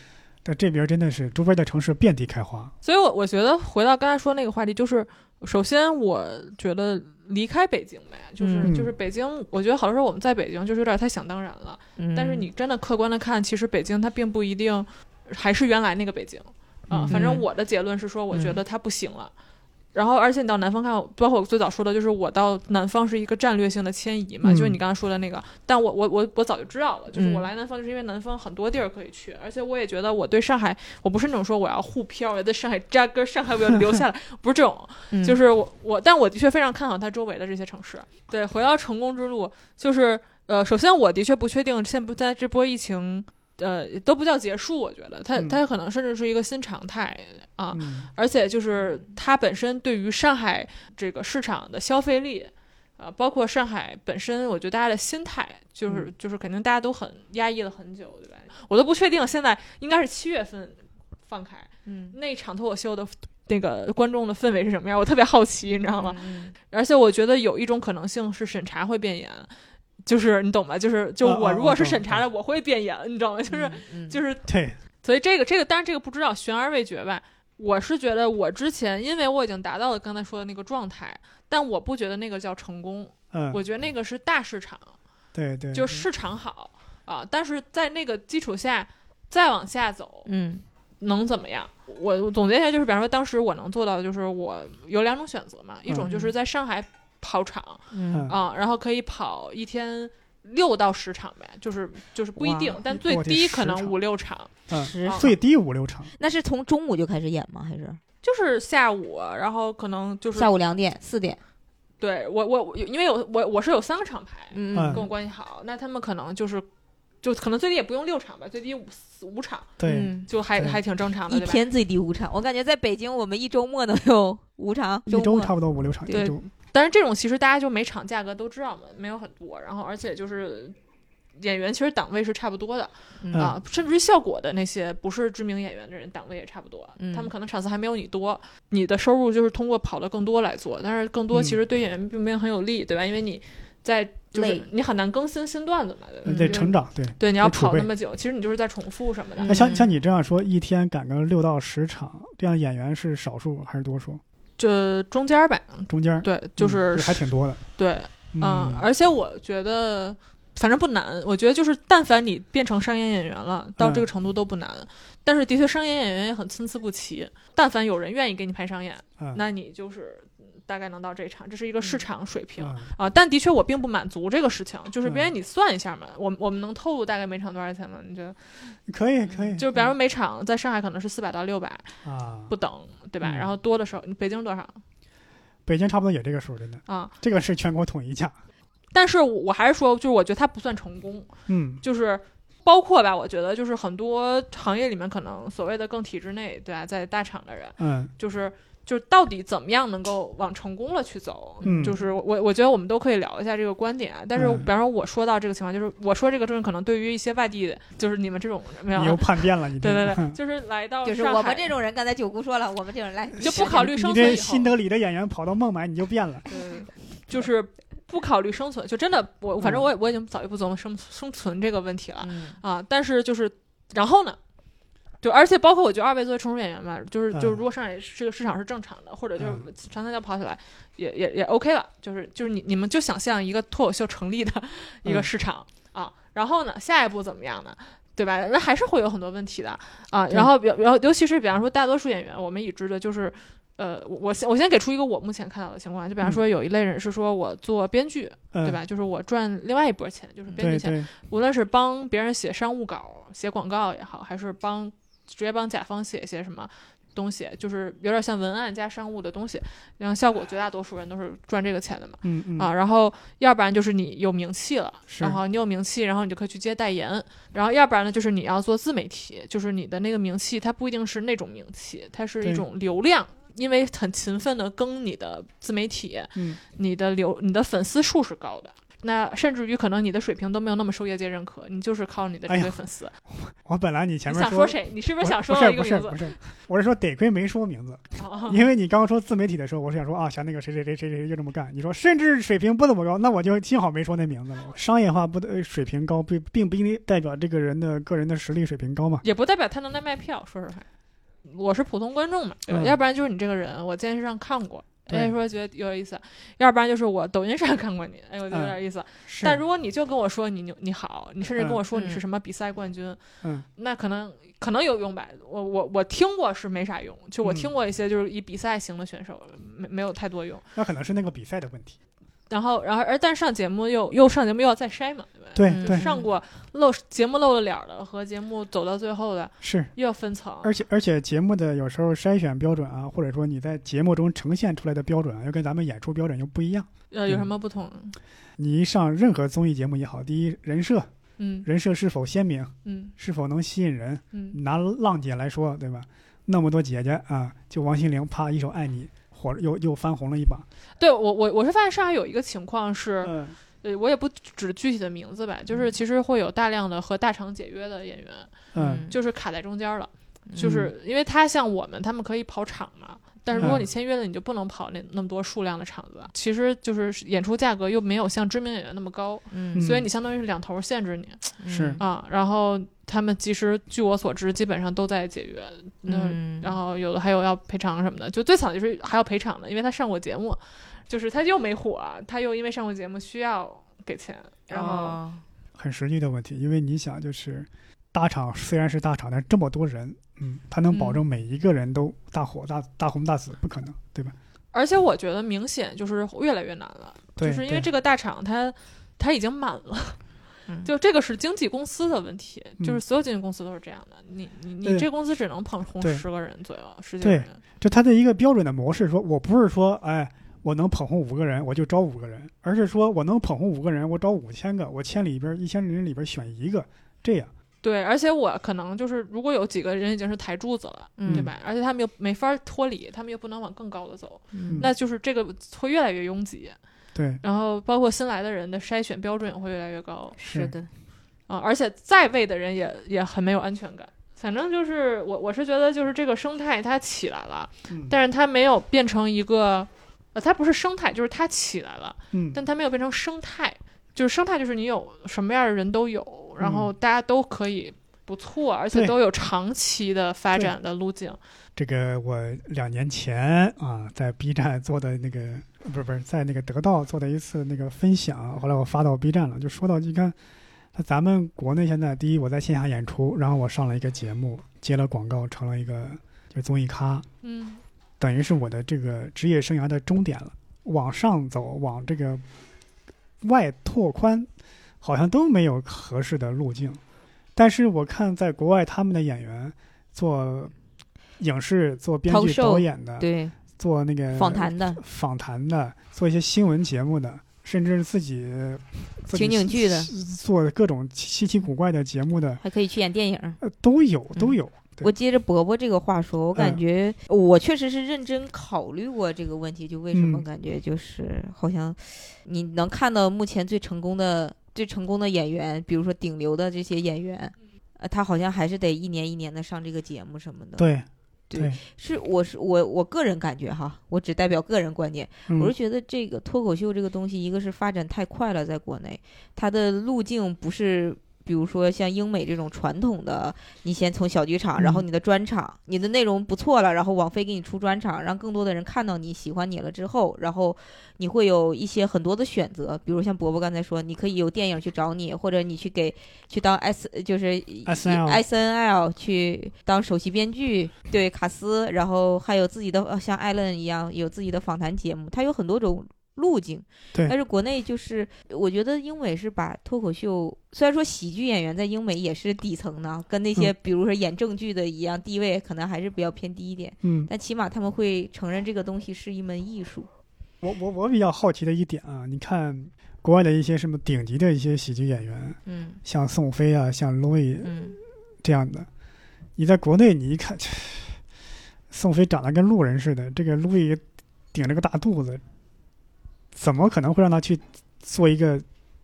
A: 在这边真的是周边的城市遍地开花。
C: 所以我我觉得回到刚才说那个话题，就是首先我觉得离开北京呗，就是、
A: 嗯
C: 就是北京，我觉得好多时候我们在北京就是有点太想当然了，
B: 嗯
C: 但是你真的客观的看，其实北京它并不一定还是原来那个北京啊、
A: 嗯
C: 反正我的结论是说，我觉得它不行了。然后，而且你到南方看，包括我最早说的，就是我到南方是一个战略性的迁移嘛，
A: 嗯
C: 就是你刚刚说的那个。但我我我我早就知道了，就是
B: 嗯
C: 我来南方就是因为南方很多地儿可以去，而且我也觉得我对上海，我不是那种说我要沪漂，我要在上海扎根，上海我要 留下来，不是这种，
B: 嗯
C: 就是我我，但我的确非常看好它周围的这些城市。对，回到成功之路，就是呃，首先我的确不确定现不在这波疫情，呃，都不叫结束，我觉得它
A: 嗯
C: 它可能甚至是一个新常态啊，
A: 嗯
C: 而且就是它本身对于上海这个市场的消费力。啊，包括上海本身，我觉得大家的心态就是、
A: 嗯
C: 就是肯定大家都很压抑了很久，对吧？我都不确定现在应该是七月份放开，
B: 嗯
C: 那场脱口秀的那个观众的氛围是什么样，我特别好奇，你知道吗？
B: 嗯
C: 而且我觉得有一种可能性是审查会变严，就是你懂吗？就是就
A: 啊啊
C: 我如果是
A: 我懂
C: 审查了，我会变严，你知道吗？ 就是
B: 嗯
C: 就是，
A: 对，
C: 所以这个这个当然这个不知道，悬而未决吧。我是觉得我之前因为我已经达到了刚才说的那个状态，但我不觉得那个叫成功，
A: 嗯，
C: 我觉得那个是大市场。
A: 对对，
C: 就市场好啊，但是在那个基础下再往下走
B: 嗯
C: 能怎么样？我我总结一下，就是比方说当时我能做到的就是我有两种选择嘛，一
A: 嗯
C: 种就是在上海跑场
B: 嗯
C: 啊，然后可以跑一天。六到十场呗，就是就是不一定
A: 哇，
C: 但
A: 我
C: 最
A: 天
C: 低
A: 10
C: 可能
A: 场
C: 五六场，
A: 嗯
B: 十
C: 啊
A: 最低五六场，
B: 那是从中午就开始演吗？还是
C: 就是下午，然后可能就是
B: 下午两点、四点？
C: 对我我我因为有我我是有三个厂牌，
B: 嗯
A: 嗯
C: 跟我关系好，那他们可能就是就可能最低也不用六场吧，最低五四五场
A: 对，
B: 嗯
C: 就还
A: 对
C: 还挺正常的，
B: 一
C: 啊对吧？
B: 天最低五场，我感觉在北京我们一周末能有五场，
A: 一周
B: 末
A: 差不多五六场，一
C: 对
A: 周
C: 但是这种其实大家就每场价格都知道嘛，没有很多，然后而且就是演员其实档位是差不多的、
B: 嗯
C: 啊，甚至于效果的那些不是知名演员的人档位也差不多，
B: 嗯
C: 他们可能场次还没有你多，你的收入就是通过跑的更多来做，但是更多其实
A: 嗯
C: 对演员并没有很有利，对吧？因为你在就是
B: 累
C: 你很难更新新段子嘛，对吧？
A: 嗯
B: 嗯
A: 得
C: 就是
A: 成长，对。
C: 对，你要
A: 得储
C: 跑
A: 备
C: 那么久，其实你就是在重复什么的。
A: 那像
B: 嗯
A: 像你这样说，一天赶个六到十场，这样演员是少数还是多数？
C: 这中间儿吧，
A: 中间儿
C: 对，就是、
A: 嗯嗯还挺多的，
C: 对，嗯，
A: 嗯，
C: 而且我觉得，反正不难。我觉得就是，但凡你变成商业演员了，到这个程度都不难。但是的确，商业演员也很参差不齐。但凡有人愿意给你拍商演，
A: 嗯
C: 那你就是嗯大概能到这一场，这是一个市场水平、
A: 嗯
C: 啊。但的确，我并不满足这个事情。就是
A: 嗯
C: 别人你算一下嘛，我们我们能透露大概每场多少钱吗？你觉得？
A: 可以可以，
C: 就比方说每场在上海可能是四百到六百
A: 嗯啊
C: 不，等，对吧？
A: 嗯
C: 然后多的时候，北京多少
A: 北京差不多也这个数，真的，
C: 啊？
A: 这个是全国统一价，
C: 但是我我还是说，就是我觉得它不算成功。
A: 嗯
C: 就是包括吧，我觉得就是很多行业里面可能所谓的更体制内，对吧、在大厂的人，
A: 嗯
C: 就是就是到底怎么样能够往成功了去走，
A: 嗯
C: 就是我我觉得我们都可以聊一下这个观点啊。但是
A: 嗯
C: 比方说我说到这个情况，就是我说这个东西可能对于一些外地的，就是你们这种没有
A: 你又
C: 啊，
A: 叛变 了，你这
C: 对对对，
A: 嗯
C: 就是来到
B: 就是
C: 上
B: 我
C: 海嗯
B: 们这种人，刚才九姑说了，我们这种人来
C: 就不考虑
A: 你
C: 生存
A: 这
C: 以后
A: 新德里的演员跑到孟买你就变了，
C: 嗯，就是不考虑生存，就真的我
A: 嗯
C: 反正我也我已经早就不琢磨生生存这个问题了。
B: 嗯
C: 啊，但是就是，然后呢，就而且包括我觉得二位作为成熟演员嘛，就是就是
A: 嗯
C: 如果上海这个市场是正常的，或者就是
A: 嗯
C: 长三角跑起来也也也 OK 了，就是就是你你们就想象一个脱口秀成立的一个
A: 嗯
C: 市场、啊，然后呢，下一步怎么样呢？对吧？那还是会有很多问题的啊。
A: 对
C: 然后比，然后尤其是比方说，大多数演员，我们已知的就是，呃，我我先我先给出一个我目前看到的情况，就比
A: 嗯
C: 方说有一类人是说我做编剧，
A: 嗯
C: 对吧？就是我赚另外一波钱，就是编剧
A: 对
C: 钱。
A: 对，
C: 无论是帮别人写商务稿、写广告也好，还是帮直接帮甲方写一些什么，东西，就是有点像文案加商务的东西，然后效果绝大多数人都是赚这个钱的嘛。
A: 嗯嗯
C: 啊，然后要不然就是你有名气了，
A: 是
C: 然后你有名气，然后你就可以去接代言，然后要不然呢，就是你要做自媒体，就是你的那个名气，它不一定是那种名气，它是
A: 对
C: 一种流量，因为很勤奋的更你的自媒体，
A: 嗯
C: 你的流你的粉丝数是高的。那甚至于可能你的水平都没有那么受业界认可，你就是靠你的这
A: 哎
C: 些
A: 呀
C: 粉丝。
A: 我本来你前
C: 你
A: 面
C: 想说谁？你是不
A: 不
C: 是想说
A: 不
C: 我
A: 是
C: 一个
A: 不
C: 名
A: 是
C: 字
A: 不？是，我是说得亏没说名字，
C: 哦
A: 因为你刚刚说自媒体的时候，我是想说啊，像那个谁谁谁谁谁就这么干。你说甚至水平不怎么高，那我就幸好没说那名字了。商业化不得呃水平高，并并不一定代表这个人的个人的实力水平高嘛。
C: 也不代表他能来卖票。说实话，我是普通观众嘛，对吧？
A: 嗯
C: 要不然就是你这个人，我电视上看过，
A: 对
C: 哎，说觉得有点意思；要不然就是我抖音上看过你，哎，我觉得有点意思。
A: 嗯是
C: 但如果你就跟我说你牛你好，你甚至跟我说
B: 嗯
C: 你是什么比赛冠军，
A: 嗯
C: 那可能可能有用吧。我我我听过是没啥用，就我
A: 嗯
C: 听过一些就是以比赛型的选手，没没有太多用。
A: 那可能是那个比赛的问题。
C: 然后然后而但上节目又又上节目又要再筛嘛，对吧？
A: 对
B: 嗯
A: 对
C: 上过露节目露了脸儿的和节目走到最后的
A: 是，
C: 又要分层，
A: 而且而且节目的有时候筛选标准啊，或者说你在节目中呈现出来的标准啊，又跟咱们演出标准又不一样。
C: 呃，有什么不同？
A: 你上任何综艺节目也好，第一人设，
C: 嗯
A: 人设是否鲜明，
C: 嗯
A: 是否能吸引人？
C: 嗯
A: 拿浪姐来说，对吧？那么多姐姐啊，就王心凌啪一首《爱你》火了又又翻红了一把。，
C: 对我我我是发现上海有一个情况是，
A: 嗯
C: 呃，我也不指具体的名字吧，就是其实会有大量的和大厂解约的演员，
A: 嗯
C: 就是卡在中间了，
B: 嗯
C: 就是因为他像我们，他们可以跑场嘛。但是如果
A: 嗯
C: 你签约了，你就不能跑那那么多数量的场子。其实就是演出价格又没有像知名演员那么高，
B: 嗯
C: 所以你相当于是两头限制你
A: 嗯是
C: 啊。然后他们其实据我所知，基本上都在解约。那
B: 嗯，
C: 然后有的还有要赔偿什么的，就最惨的就是还要赔偿的，因为他上过节目，就是他又没火，他又因为上过节目需要给钱，然后、
B: 哦
A: 很实际的问题，因为你想，就是大厂虽然是大厂，但这么多人，嗯，他能保证每一个人都大火、大大红大紫，不可能，对吧？
C: 而且我觉得明显就是越来越难了，
A: 对，
C: 就是因为
A: 对
C: 这个大厂它它已经满 了，
B: 嗯
C: 就这个是经纪公司的问题，
A: 嗯
C: 就是所有经纪公司都是这样的，你你
A: 对
C: 你这公司只能捧红
A: 对
C: 十个人左右，十几个
A: 对
C: 人，
A: 就他的一个标准的模式，说我不是说哎我能捧红五个人我就招五个人，而是说我能捧红五个人，我招五千个，我千里边一千人里边选一个，这样
C: 对，而且我可能就是如果有几个人已经是台柱子了，
B: 嗯
C: 对吧？而且他们又没法脱离，他们又不能往更高的走，
B: 嗯
C: 那就是这个会越来越拥挤。
A: 对，
C: 然后包括新来的人的筛选标准也会越来越高
B: 是的，
C: 啊，而且在位的人也也很没有安全感。反正就是我我是觉得就是这个生态它起来了，
A: 嗯
C: 但是它没有变成一个，呃，它不是生态，就是它起来了，
A: 嗯
C: 但它没有变成生态。就是生态就是你有什么样的人都有，然后大家都可以不错，而且
A: 对
C: 都有长期的发展的路径。
A: 这个我两年前啊，在 B 站做的那个，不是不是，在那个得到做的一次那个分享，后来我发到 B 站了，就说到你看，那咱们国内现在第一，我在线下演出，然后我上了一个节目，接了广告，成了一个就综艺咖，
C: 嗯
A: 等于是我的这个职业生涯的终点了。往上走，往这个外拓宽，好像都没有合适的路径。但是我看在国外，他们的演员做影视、做编
B: 投
A: 剧、
B: 售
A: 导演的，
B: 对，
A: 做那个
B: 访、谈的，
A: 访谈的，做一些新闻节目的，甚至自己自己
B: 情景剧的
A: 做各种稀奇古怪的节目的，
B: 还可以去演电影。
A: 呃，都有
B: 嗯
A: 都有。对嗯
B: 我接着伯伯这个话说，我感觉我确实是认真考虑过这个问题，就为什么
A: 嗯
B: 感觉就是好像你能看到目前最成功的、最成功的演员，比如说顶流的这些演员，呃，他好像还是得一年一年的上这个节目什么的。，
A: 对
B: 对
A: 对，
B: 是我是我我个人感觉哈，我只代表个人观点，
A: 嗯
B: 我是觉得这个脱口秀这个东西，一个是发展太快了，在国内，它的路径不是。比如说像英美这种传统的，你先从小剧场，然后
A: 嗯
B: 你的专场，你的内容不错了，然后网飞给你出专场，让更多的人看到你喜欢你了之后，然后你会有一些很多的选择，比如像伯伯刚才说，你可以有电影去找你，或者你去给去当 S 就是
A: SNL
B: S N L 去当首席编剧，对卡斯，然后还有自己的呃像艾伦一样有自己的访谈节目，他有很多种路径。
A: 对
B: 但是国内就是，我觉得英美是把脱口秀，虽然说喜剧演员在英美也是底层的，跟那
A: 嗯
B: 些比如说演正剧的一样，地位可能还是比较偏低一点，
A: 嗯，
B: 但起码他们会承认这个东西是一门艺术。
A: 我我我比较好奇的一点啊，你看国外的一些什么顶级的一些喜剧演员，
B: 嗯
A: 像宋飞啊，像 Louis
B: 嗯，
A: 这样的，你在国内你一看，切宋飞长得跟路人似的，这个 Louis 顶着个大肚子，怎么可能会让他去做一个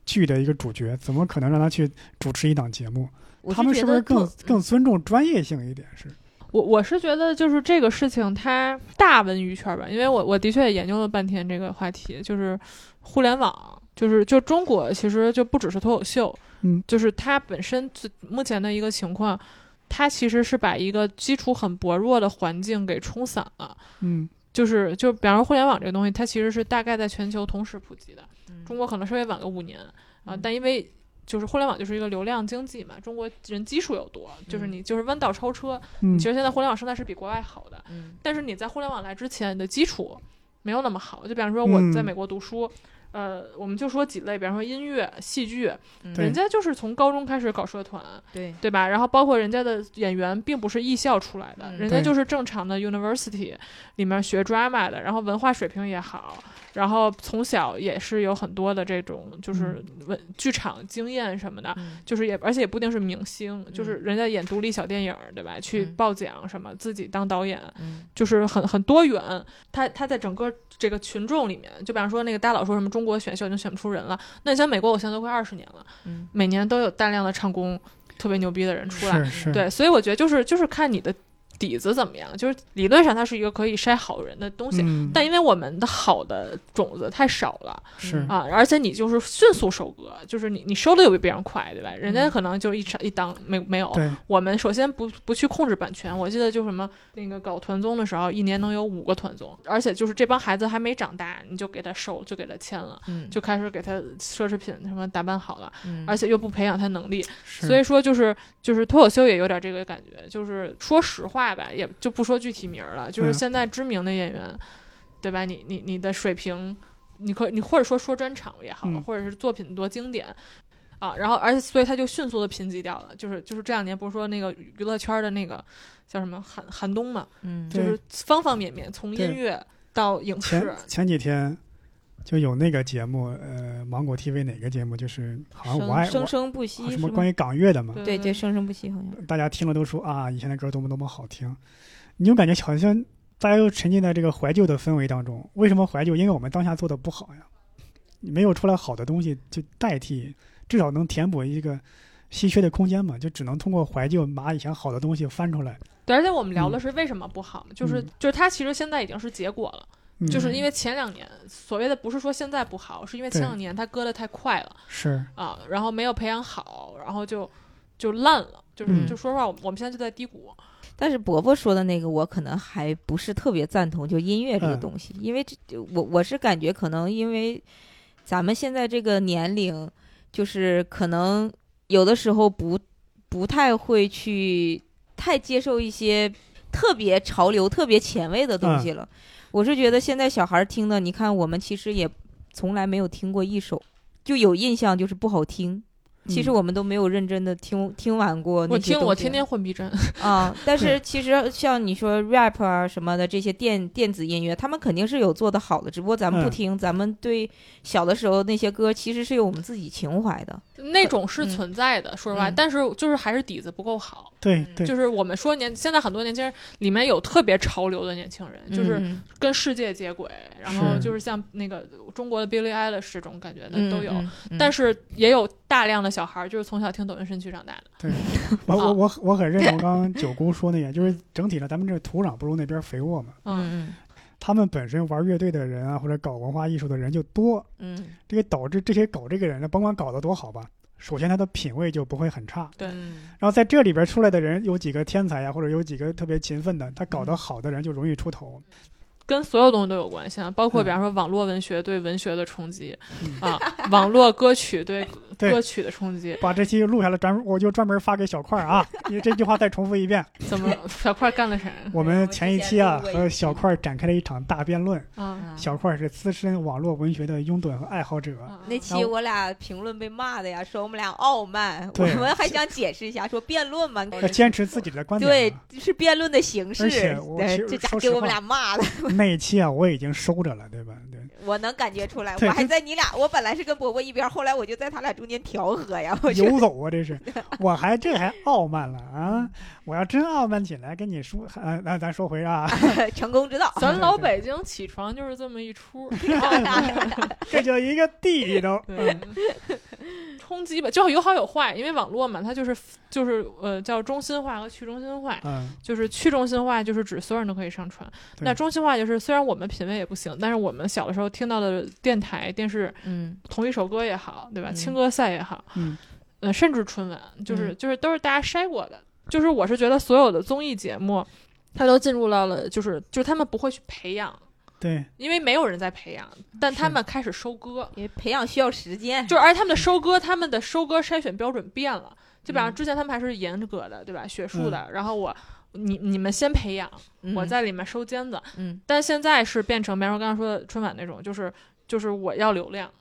A: 剧的一个主角？怎么可能让他去主持一档节目？
B: 我
A: 呃他们是
B: 觉
A: 不
B: 得
A: 是
B: 脱
A: 更更尊重专业性一点？是，
C: 我我是觉得就是这个事情，它大文娱圈吧，因为我我的确也研究了半天这个话题，就是互联网，就是就中国其实就不只是脱口秀，
A: 嗯，
C: 就是它本身最目前的一个情况，它其实是把一个基础很薄弱的环境给冲散了。
A: 嗯
C: 就是就比方说互联网这个东西，它其实是大概在全球同时普及的，
B: 嗯
C: 中国可能稍微晚个五年啊
B: 嗯，
C: 但因为就是互联网就是一个流量经济嘛，中国人基数又多，就是
B: 嗯
C: 你就是弯道超车，
A: 嗯
C: 其实现在互联网生态是比国外好的，
B: 嗯
C: 但是你在互联网来之前，你的基础没有那么好。就比方说我
A: 嗯
C: 在美国读书，呃，我们就说几类，比方说音乐、戏剧，
B: 嗯
A: 对
C: 人家就是从高中开始搞社团，
B: 对
C: 对吧？然后包括人家的演员并不是艺校出来的，
B: 嗯
C: 人家
A: 对
C: 就是正常的 university 里面学 drama 的，然后文化水平也好，然后从小也是有很多的这种就是
A: 嗯
C: 文剧场经验什么的，
B: 嗯
C: 就是也，而且也不一定是明星，
A: 嗯
C: 就是人家演独立小电影，对吧？去
B: 嗯
C: 报奖什么，自己当导演，
B: 嗯
C: 就是很很多元。他他在整个这个群众里面，就比方说那个大佬说什么中国选秀已经选不出人了，那你像美国偶像都快二十年了，
B: 嗯
C: 每年都有大量的唱功特别牛逼的人出来，
A: 是是，
C: 对，所以我觉得就是就是看你的底子怎么样，就是理论上它是一个可以筛好人的东西。
A: 嗯，
C: 但因为我们的好的种子太少了，
B: 嗯
A: 是
C: 啊，而且你就是迅速收割，就是你你收的又比别人快，对吧？人家
B: 嗯
C: 可能就一场一档没没有，
A: 对，
C: 我们首先不不去控制版权。我记得就什么那个搞团综的时候，一年能有五个团综，而且就是这帮孩子还没长大，你就给他收，就给他签了，
B: 嗯
C: 就开始给他奢侈品什么打扮好了，
B: 嗯
A: 啊
C: 而且又不培养他能力，
A: 是
C: 所以说就是就是脱口秀也有点这个感觉，就是说实话吧，也就不说具体名儿了，就是
A: 嗯
C: 现在知名的演员，对吧？你你你的水平，你可你或者说说专场也好，
A: 嗯
C: 或者是作品多经典。啊，然后而且所以他就迅速的贫瘠掉了，就是就是这两年不是说那个娱乐圈的那个叫什么寒寒冬嘛，
B: 嗯
A: 对
C: 就是方方面面，从
A: 对
C: 音乐到影视
A: 前，前几天就有那个节目，呃，芒果 TV 哪个节目？就是好像
B: 生
A: 我爱
B: 生
A: 我
B: 生不息
A: 啊什
B: 是
A: 么
B: 吗
A: 关？于港乐的嘛，
B: 对对，生生不息好像。
A: 大家听了都说啊，以前的歌多么多么好听，你就感觉好像大家又沉浸在这个怀旧的氛围当中。为什么怀旧？因为我们当下做的不好呀，没有出来好的东西就代替，至少能填补一个稀缺的空间嘛，就只能通过怀旧把以前好的东西翻出来。
C: 对，而且我们聊的是为什么不好，就是
A: 嗯
C: 就是它其实现在已经是结果了。
A: 嗯、
C: 就是因为前两年所谓的不是说现在不好，是因为前两年他割的太快了
A: 是
C: 啊，然后没有培养好，然后就就烂了，就是、
A: 嗯
C: 就说实话，我们我们现在就在低
B: 哦
C: 谷。
B: 但是伯伯说的那个，我可能还不是特别赞同，就音乐这个
A: 嗯
B: 东西，因为这就我我是感觉可能因为咱们现在这个年龄，就是可能有的时候不不太会去太接受一些特别潮流、特别前卫的
A: 嗯
B: 东西了。我是觉得现在小孩儿听的，你看我们其实也从来没有听过一首，就有印象就是不好听。其实
A: 嗯
B: 我们都没有认真的听听完过那
C: 我
B: 些
C: 听
B: 东
C: 我
B: 西
C: 天天 混逼真，
B: 啊、但是其实像你说 rap 啊什么的这些电电子音乐，他们肯定是有做的好的，只不过咱们
A: 嗯
B: 不听，咱们对小的时候那些歌其实是有我们自己情怀的。
C: 那种是
B: 嗯
C: 存在的，说实话，
B: 嗯
C: 但是就是还是底子不够好。
A: 对
B: 嗯
A: 对，
C: 就是我们说年现在很多年轻人里面有特别潮流的年轻人，就是
B: 嗯
C: 跟世界接轨，然后
A: 是
C: 就是像那个中国的 Billie Eilish 这种感觉的
B: 嗯
C: 都有。
B: 嗯嗯
C: 但是也有大量的小孩儿，就是从小听抖音神曲长大的。
A: 我我我我很认同刚刚九姑说那个，就是整体上咱们这土壤不如那边肥沃嘛。
B: 嗯
A: 他们本身玩乐队的人啊，或者搞文化艺术的人就多，
B: 嗯嗯
A: 这个导致这些搞这个人呢，甭管搞得多好吧，首先他的品味就不会很差。
C: 对
B: 嗯
A: 然后在这里边出来的人，有几个天才呀、啊或者有几个特别勤奋的，他搞
B: 嗯
A: 得好的人就容易出头。
C: 跟所有东西都有关系啊，包
A: 嗯
C: 括比方说网络文学对文学的冲击、
A: 嗯
C: 啊，网络歌曲对
A: 对
C: 歌曲的冲击。
A: 把这期录下来，专我就专门发给小块儿啊。你这句话再重复一 遍。
C: 怎么小块干了啥
A: 我们前一期啊
B: 我们之前录过一期
A: 和小块儿展开了一场大辩论。
C: 啊？
B: 嗯
A: 小块儿是资深网络文学的拥趸和爱好者，
C: 啊
B: 那期我俩评论被骂的呀，说我们俩傲慢，我
A: 对
B: 们还想解释一下，说辩论嘛，
A: 要坚持自己的观点
B: 哦对
A: 啊。，
B: 是辩论的形式
A: 而且我，
B: 对
A: 其实
B: 这家
A: 说
B: 给
A: 实
B: 我
A: 话
B: 们俩骂的，
A: 那一期啊，我已经收着了，对吧？对，
B: 我能感觉出来，
A: 对
B: 我还
A: 就
B: 在你俩，我本来是跟伯伯一边，后来我就在他俩中间调和呀，我就
A: 游走啊， 这是，我还这还傲慢了
B: 嗯
A: 啊！我要真傲慢起来，跟你说，呃，那咱说回 啊，
B: 成功之 道，
C: 咱老北京起床就是这么 一出，
A: 这叫一个地道。
C: 对，冲击吧，就有好有坏，因为网络嘛，它就是就是呃叫中心化和去中心化，
A: 嗯，
C: 就是去中心化就是指所有人都可以上传，
A: 对
C: 那中心化就是虽然我们品味也不行，但是我们小的时候听到的电台、电视
B: 嗯，
C: 同一首歌也好，对吧？
B: 嗯
C: 青歌赛也好，
A: 嗯，
C: 呃，甚至春晚，就是、就是都是大家筛过的，就是我是觉得所有的综艺节目，它都进入到了就是就是他们不会去培养。
A: 对，
C: 因为没有人在培养，但他们开始收割，
B: 因为培养需要时间，
C: 就是而且他们的收割，他们的收割筛选标准变了。基本上
B: 嗯
C: 之前他们还是严格的，对吧？学术的，然后我你你们先培养，我
B: 嗯，
C: 在里面收尖子。
B: 嗯
C: 但现在是变成，比方说刚刚说的春晚那种，就是就是我要流量，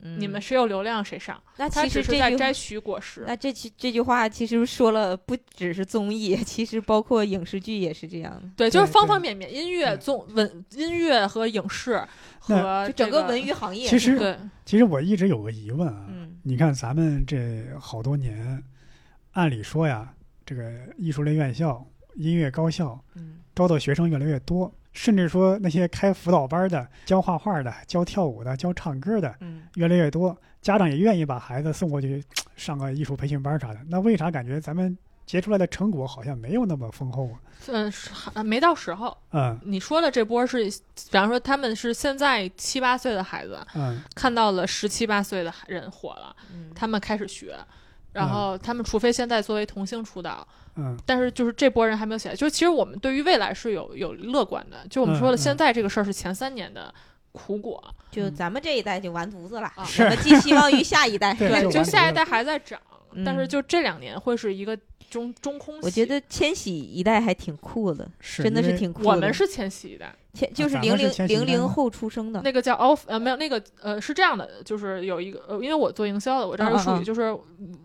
B: 嗯
C: 你们谁有流量谁上，
B: 那
C: 他
B: 其
C: 只
B: 实
C: 是
B: 这
C: 在
B: 句话
C: 摘取果实。
B: 那这句这句话其实说了不只是综艺， 其实包括影视剧也是这样的，
C: 对，就是
A: 对
C: 方
A: 对
C: 方面面，音乐、
A: 对
C: 综文、音乐和影视
A: 那
C: 和
B: 就整
C: 呃这个
B: 个文娱行业，
A: 其实
C: 对，
A: 其实我一直有个疑问啊，
B: 嗯
A: 你看咱们这好多年，按理说呀，这个艺术类院校、音乐高校
B: 嗯
A: 招的学生越来越多，甚至说那些开辅导班的、教画画的、教跳舞的、教唱歌的
B: 嗯，
A: 越来越多，家长也愿意把孩子送过去上个艺术培训班啥的。那为啥感觉咱们结出来的成果好像没有那么丰厚啊？
C: 嗯，是还没到时候。
A: 嗯
C: 你说的这波是，比方说他们是现在七八岁的孩子
A: 嗯，
C: 看到了十七八岁的人火了，
B: 嗯
C: 他们开始学，然后他们除非现在作为童星出道，
A: 嗯，
C: 但是就是这波人还没有起来。就其实我们对于未来是有有乐观的，就我们说
A: 嗯
C: 的
A: 嗯
C: 现在这个事儿是前三年的苦果，
B: 就
A: 嗯
B: 咱们这一代就完犊子了，
C: 啊
A: 是
B: 我们寄希望于下一代。
A: 对就
C: 就
A: 完
C: 下
A: 犊
C: 一
A: 子
C: 代还在涨，
B: 嗯
C: 但是就这两年会是一个中中空期。
B: 我觉得千禧一代还挺酷的，
A: 是
B: 真的
A: 因
B: 是
A: 为
B: 挺酷的。
C: 我们是千禧一代，
B: 千就
A: 啊
B: 是
A: 咱
B: 零
A: 们是
B: 零
A: 千禧一代
B: 零
A: 吗
B: 零后出生的，
C: 那个叫 off 呃没有那个呃是这样的，就是有一个呃因为我做营销的，我这儿
B: 嗯
C: 有
B: 嗯
C: 术语
B: 嗯
C: 就是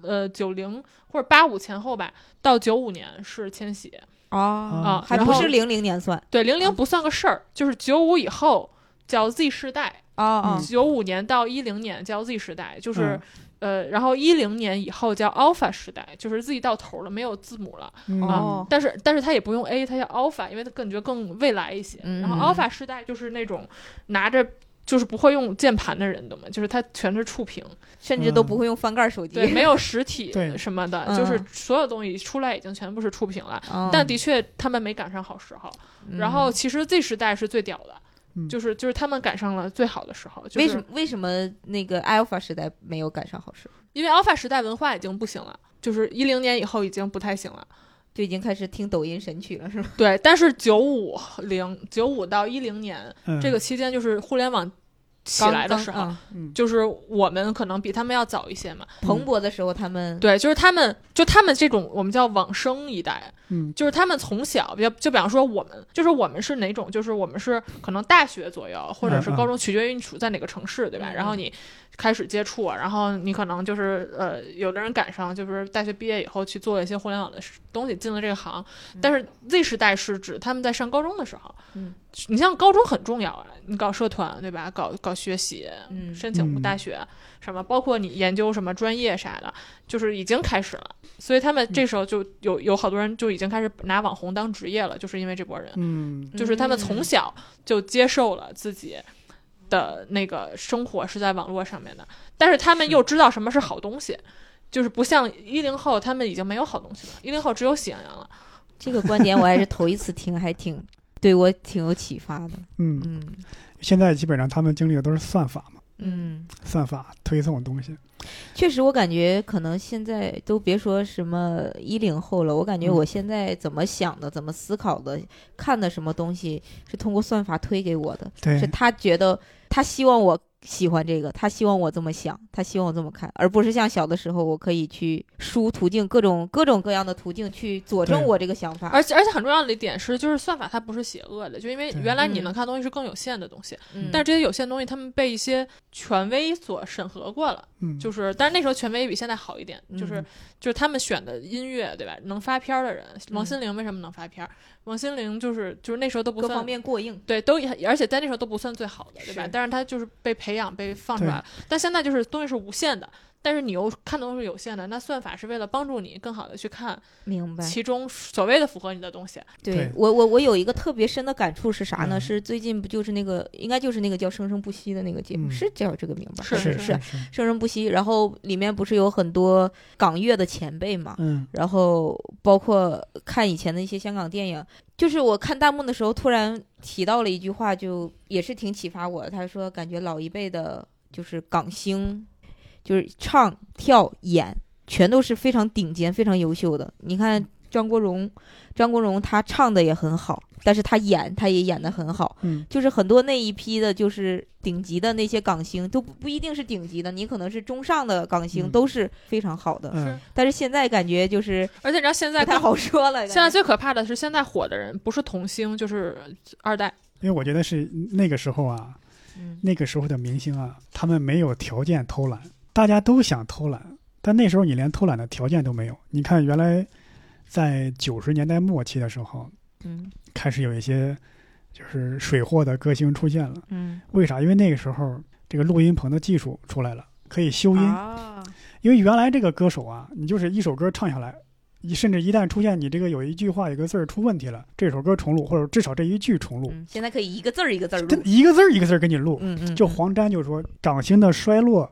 C: 呃九零或者八五前后吧，到九五年是千禧，
A: 哦
B: 啊
C: 啊
B: 还
C: 然
B: 不
C: 后
B: 是零零年算
C: 对零
B: 嗯
C: 零不算个事儿，就是九五以后叫 Z 世代。
B: 啊啊
A: 嗯
C: 九五年到一零年叫 Z 时代，就是
A: 嗯、
C: 呃，然后一零年以后叫 Alpha 时代，就是 Z 到头了，没有字母了。
A: 嗯
B: 哦
C: 但是但是它也不用 A，它叫 Alpha，因为它感觉更未来一些。
B: 嗯
C: 然后 Alpha 时代就是那种拿着。就是不会用键盘的人，懂吗？就是它全是触 屏，
B: 甚至都
A: 嗯
B: 不会用翻盖手机。
C: 对，没有实体
A: 对
C: 什么的，
B: 嗯
C: 就是所有东西出来已经全部是触屏了。
B: 啊，
C: 但的确，他们没赶上好时候。
B: 嗯
C: 然后，其实 Z 时代是最屌的，
A: 嗯
C: 就是就是他们赶上了最好的时候。就是、
B: 为什么为什么那个 alpha 时代没有赶上好时候，
C: 因为 Alpha 时代文化已经不行了，就是一零年以后已经不太行了。
B: 就已经开始听抖音神曲了，是吗？
C: 对，但是九五零九五到一零年、
A: 嗯
C: 这个期间，就是互联网起来的时候，
B: 刚刚啊
A: 嗯
C: 就是我们可能比他们要早一些嘛。
B: 蓬勃的时候，他们
C: 嗯对，就是他们，就他们这种我们叫往生一代，
A: 嗯
C: 就是他们从小，就就比方说我们，就是我们是哪种，就是我们是可能大学左右，或者是高中，取决于你处在哪个城市，对吧？
B: 嗯嗯
C: 然后你开始接触，啊然后你可能就是呃，有的人赶上就是大学毕业以后去做一些互联网的事东西，进了这个行
B: 嗯。
C: 但是 Z 时代是指他们在上高中的时候，
B: 嗯
C: 你像高中很重要啊，你搞社团对吧？搞搞学习，
B: 嗯
C: 申请
A: 嗯
C: 大学，什么包括你研究什么专业啥的，就是已经开始了。所以他
A: 嗯
C: 们这时候就有有好多人就已经开始拿网红当职业了，就是因为这波人，
A: 嗯
C: 就是他们从小就接受了自己的那个生活是在网络上面的，但是他们又知道什么是好东西，就是不像一零后，他们已经没有好东西了，一零后只有喜羊羊了。
B: 这个观点我还是头一次听，还挺对我挺有启发的。
A: 嗯，
B: 嗯
A: 现在基本上他们经历的都是算法嘛，
B: 嗯，
A: 算法推送东西。
B: 确实，我感觉可能现在都别说什么一零后了，我感觉
A: 嗯
B: 我现在怎么想的、怎么思考的、看的什么东西，是通过算法推给我的，
A: 对
B: 是他觉得他希望我喜欢这个，他希望我这么想，他希望我这么看，而不是像小的时候，我可以去输途径，各种各种各样的途径去佐证
A: 对
B: 我这个想法。
C: 而且而且很重要的一点是，就是算法它不是邪恶的，就因为
A: 对
C: 原来你
B: 嗯
C: 能看东西是更有限的东西，
B: 嗯，
C: 但是这些有限东西他们被一些权威所审核过了，
A: 嗯，
C: 就是但是那时候权威比现在好一点，就是
B: 嗯
C: 就是他们选的音乐对吧？能发片儿的人，王
A: 嗯
C: 心凌为什么能发片儿？王心凌就是就是那时候都不
B: 各
C: 算
B: 方面过硬。
C: 对，都也而且在那时候都不算最好的，对吧
B: 是？
C: 但是他就是被培养、被放出来了。但现在就是东西是无限的，但是你又看的东西是有限的，那算法是为了帮助你更好的去看
B: 明白。
C: 其中所谓的符合你的东西。
A: 对
B: 我我我有一个特别深的感触是啥呢？
A: 嗯
B: 是最近不就是那个应该就是那个叫《生生不息》的那个节目，
A: 嗯
B: 是叫这个名吧？
C: 是
A: 是
B: 是
A: 是
B: 《生生不息》，然后里面不是有很多港乐的前辈嘛？
A: 嗯
B: 然后包括看以前的一些香港电影，就是我看弹幕的时候突然提到了一句话，就也是挺启发我的。他说，感觉老一辈的，就是港星，就是唱跳演全都是非常顶尖、非常优秀的。你看张国荣，张国荣他唱的也很好，但是他演他也演得很好。
A: 嗯，
B: 就是很多那一批的，就是顶级的那些港星，都不不一定是顶级的，你可能是中上的港星，
A: 嗯
B: 都是非常好的。
A: 嗯
B: 但是现在感觉就是
C: 而且你知道现在
B: 不太
C: 更
B: 好说 了。
C: 现在最可怕的是，现在火的人不是童星就是二代，
A: 因为我觉得是那个时候啊，
B: 嗯
A: 那个时候的明星啊，他们没有条件偷懒，大家都想偷懒，但那时候你连偷懒的条件都没有。你看，原来在九十年代末期的时候，
B: 嗯
A: 开始有一些就是水货的歌星出现了。
B: 嗯
A: 为啥？因为那个时候这个录音棚的技术出来了，可以修音。
B: 哦
C: 啊，
A: 因为原来这个歌手啊，你就是一首歌唱下来，一甚至一旦出现你这个有一句话、有个字儿出问题了，这首歌重录，或者至少这一句重录，
B: 嗯，现在可以一个字儿一个字儿
A: 这
B: 录，
A: 一个字儿一个字儿给你录。
B: 嗯嗯，
A: 就黄沾就说，港星的衰落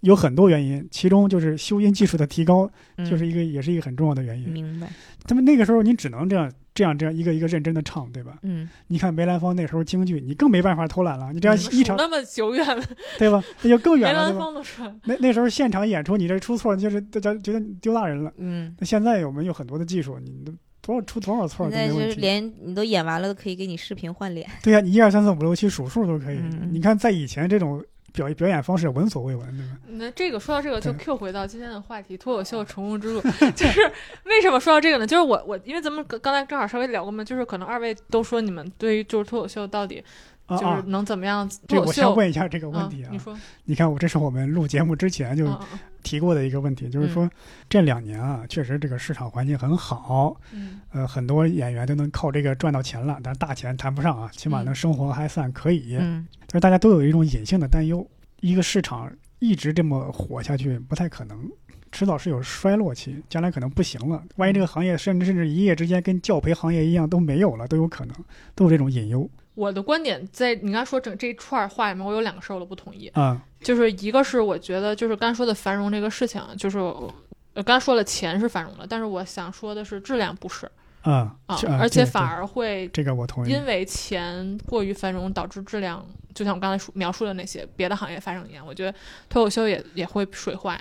A: 有很多原因，其中就是修音技术的提高，
B: 嗯
A: 就是一个、也是一个很重要的原因。
B: 明白，
A: 他们那个时候你只能这样这样这样一个一个认真的唱，对吧？
B: 嗯
A: 你看梅兰芳那时候京剧，你更没办法偷懒了，你这样
B: 嗯
A: 一场
C: 数那么久远了，
A: 对吧？那就更
C: 梅
A: 远了，
C: 兰
A: 对吧？
C: 芳都说
A: 那那时候现场演出，你这出错就是大家觉得你丢大人了。
B: 嗯。
A: 那现在我们有很多的技术，你都多少出多少错
B: 现
A: 都没
B: 在就
A: 问
B: 是
A: 题。
B: 连你都演完了，都可以给你视频换脸。
A: 对呀、你一二三四五六七数数都可以。
B: 嗯
A: 你看在以前这种表表演方式闻所未闻，对吧？
C: 那这个说到这个，就
A: 对
C: Q 回到今天的话题，脱口秀重入之路， 就是为什么说到这个呢？就是我我因为咱们刚刚才正好稍微聊过嘛，就是可能二位都说你们对于就是脱口秀到底
A: 啊
C: 就是
A: 啊，
C: 能怎么样？
A: 这
C: 脱
A: 我
C: 口
A: 先
C: 秀
A: 问一下这个问题
C: 嗯
A: 啊。
C: 你说，
A: 你看，我这是我们录节目之前就
C: 嗯嗯
A: 提过的一个问题，就是说这两年啊，确实这个市场环境很好，
C: 嗯
A: 呃，很多演员都能靠这个赚到钱了，但是大钱谈不上啊，起码
C: 嗯
A: 能生活还算可以。
B: 嗯
A: 就是大家都有一种隐性的担忧，一个市场一直这么火下去不太可能，迟早是有衰落期，将来可能不行了。万一
C: 嗯
A: 这个行业甚至甚至一夜之间跟教培行业一样都没有了，都有可能，都有这种隐忧
C: 我的观点在你刚才说整这一串话里面，我有两个事儿我都不同意，
A: 啊。
C: 就是一个是我觉得就是刚才说的繁荣这个事情啊，就是我呃刚才说了钱是繁荣了，但是我想说的是质量不是
A: 啊
C: 啊
A: 这啊，
C: 而且
A: 对
C: 反
A: 对
C: 而会
A: 这个我同意
C: 因。为钱过于繁荣导致质量，就像我刚才说描述的那些别的行业发生一样，我觉得脱口秀也也会水化。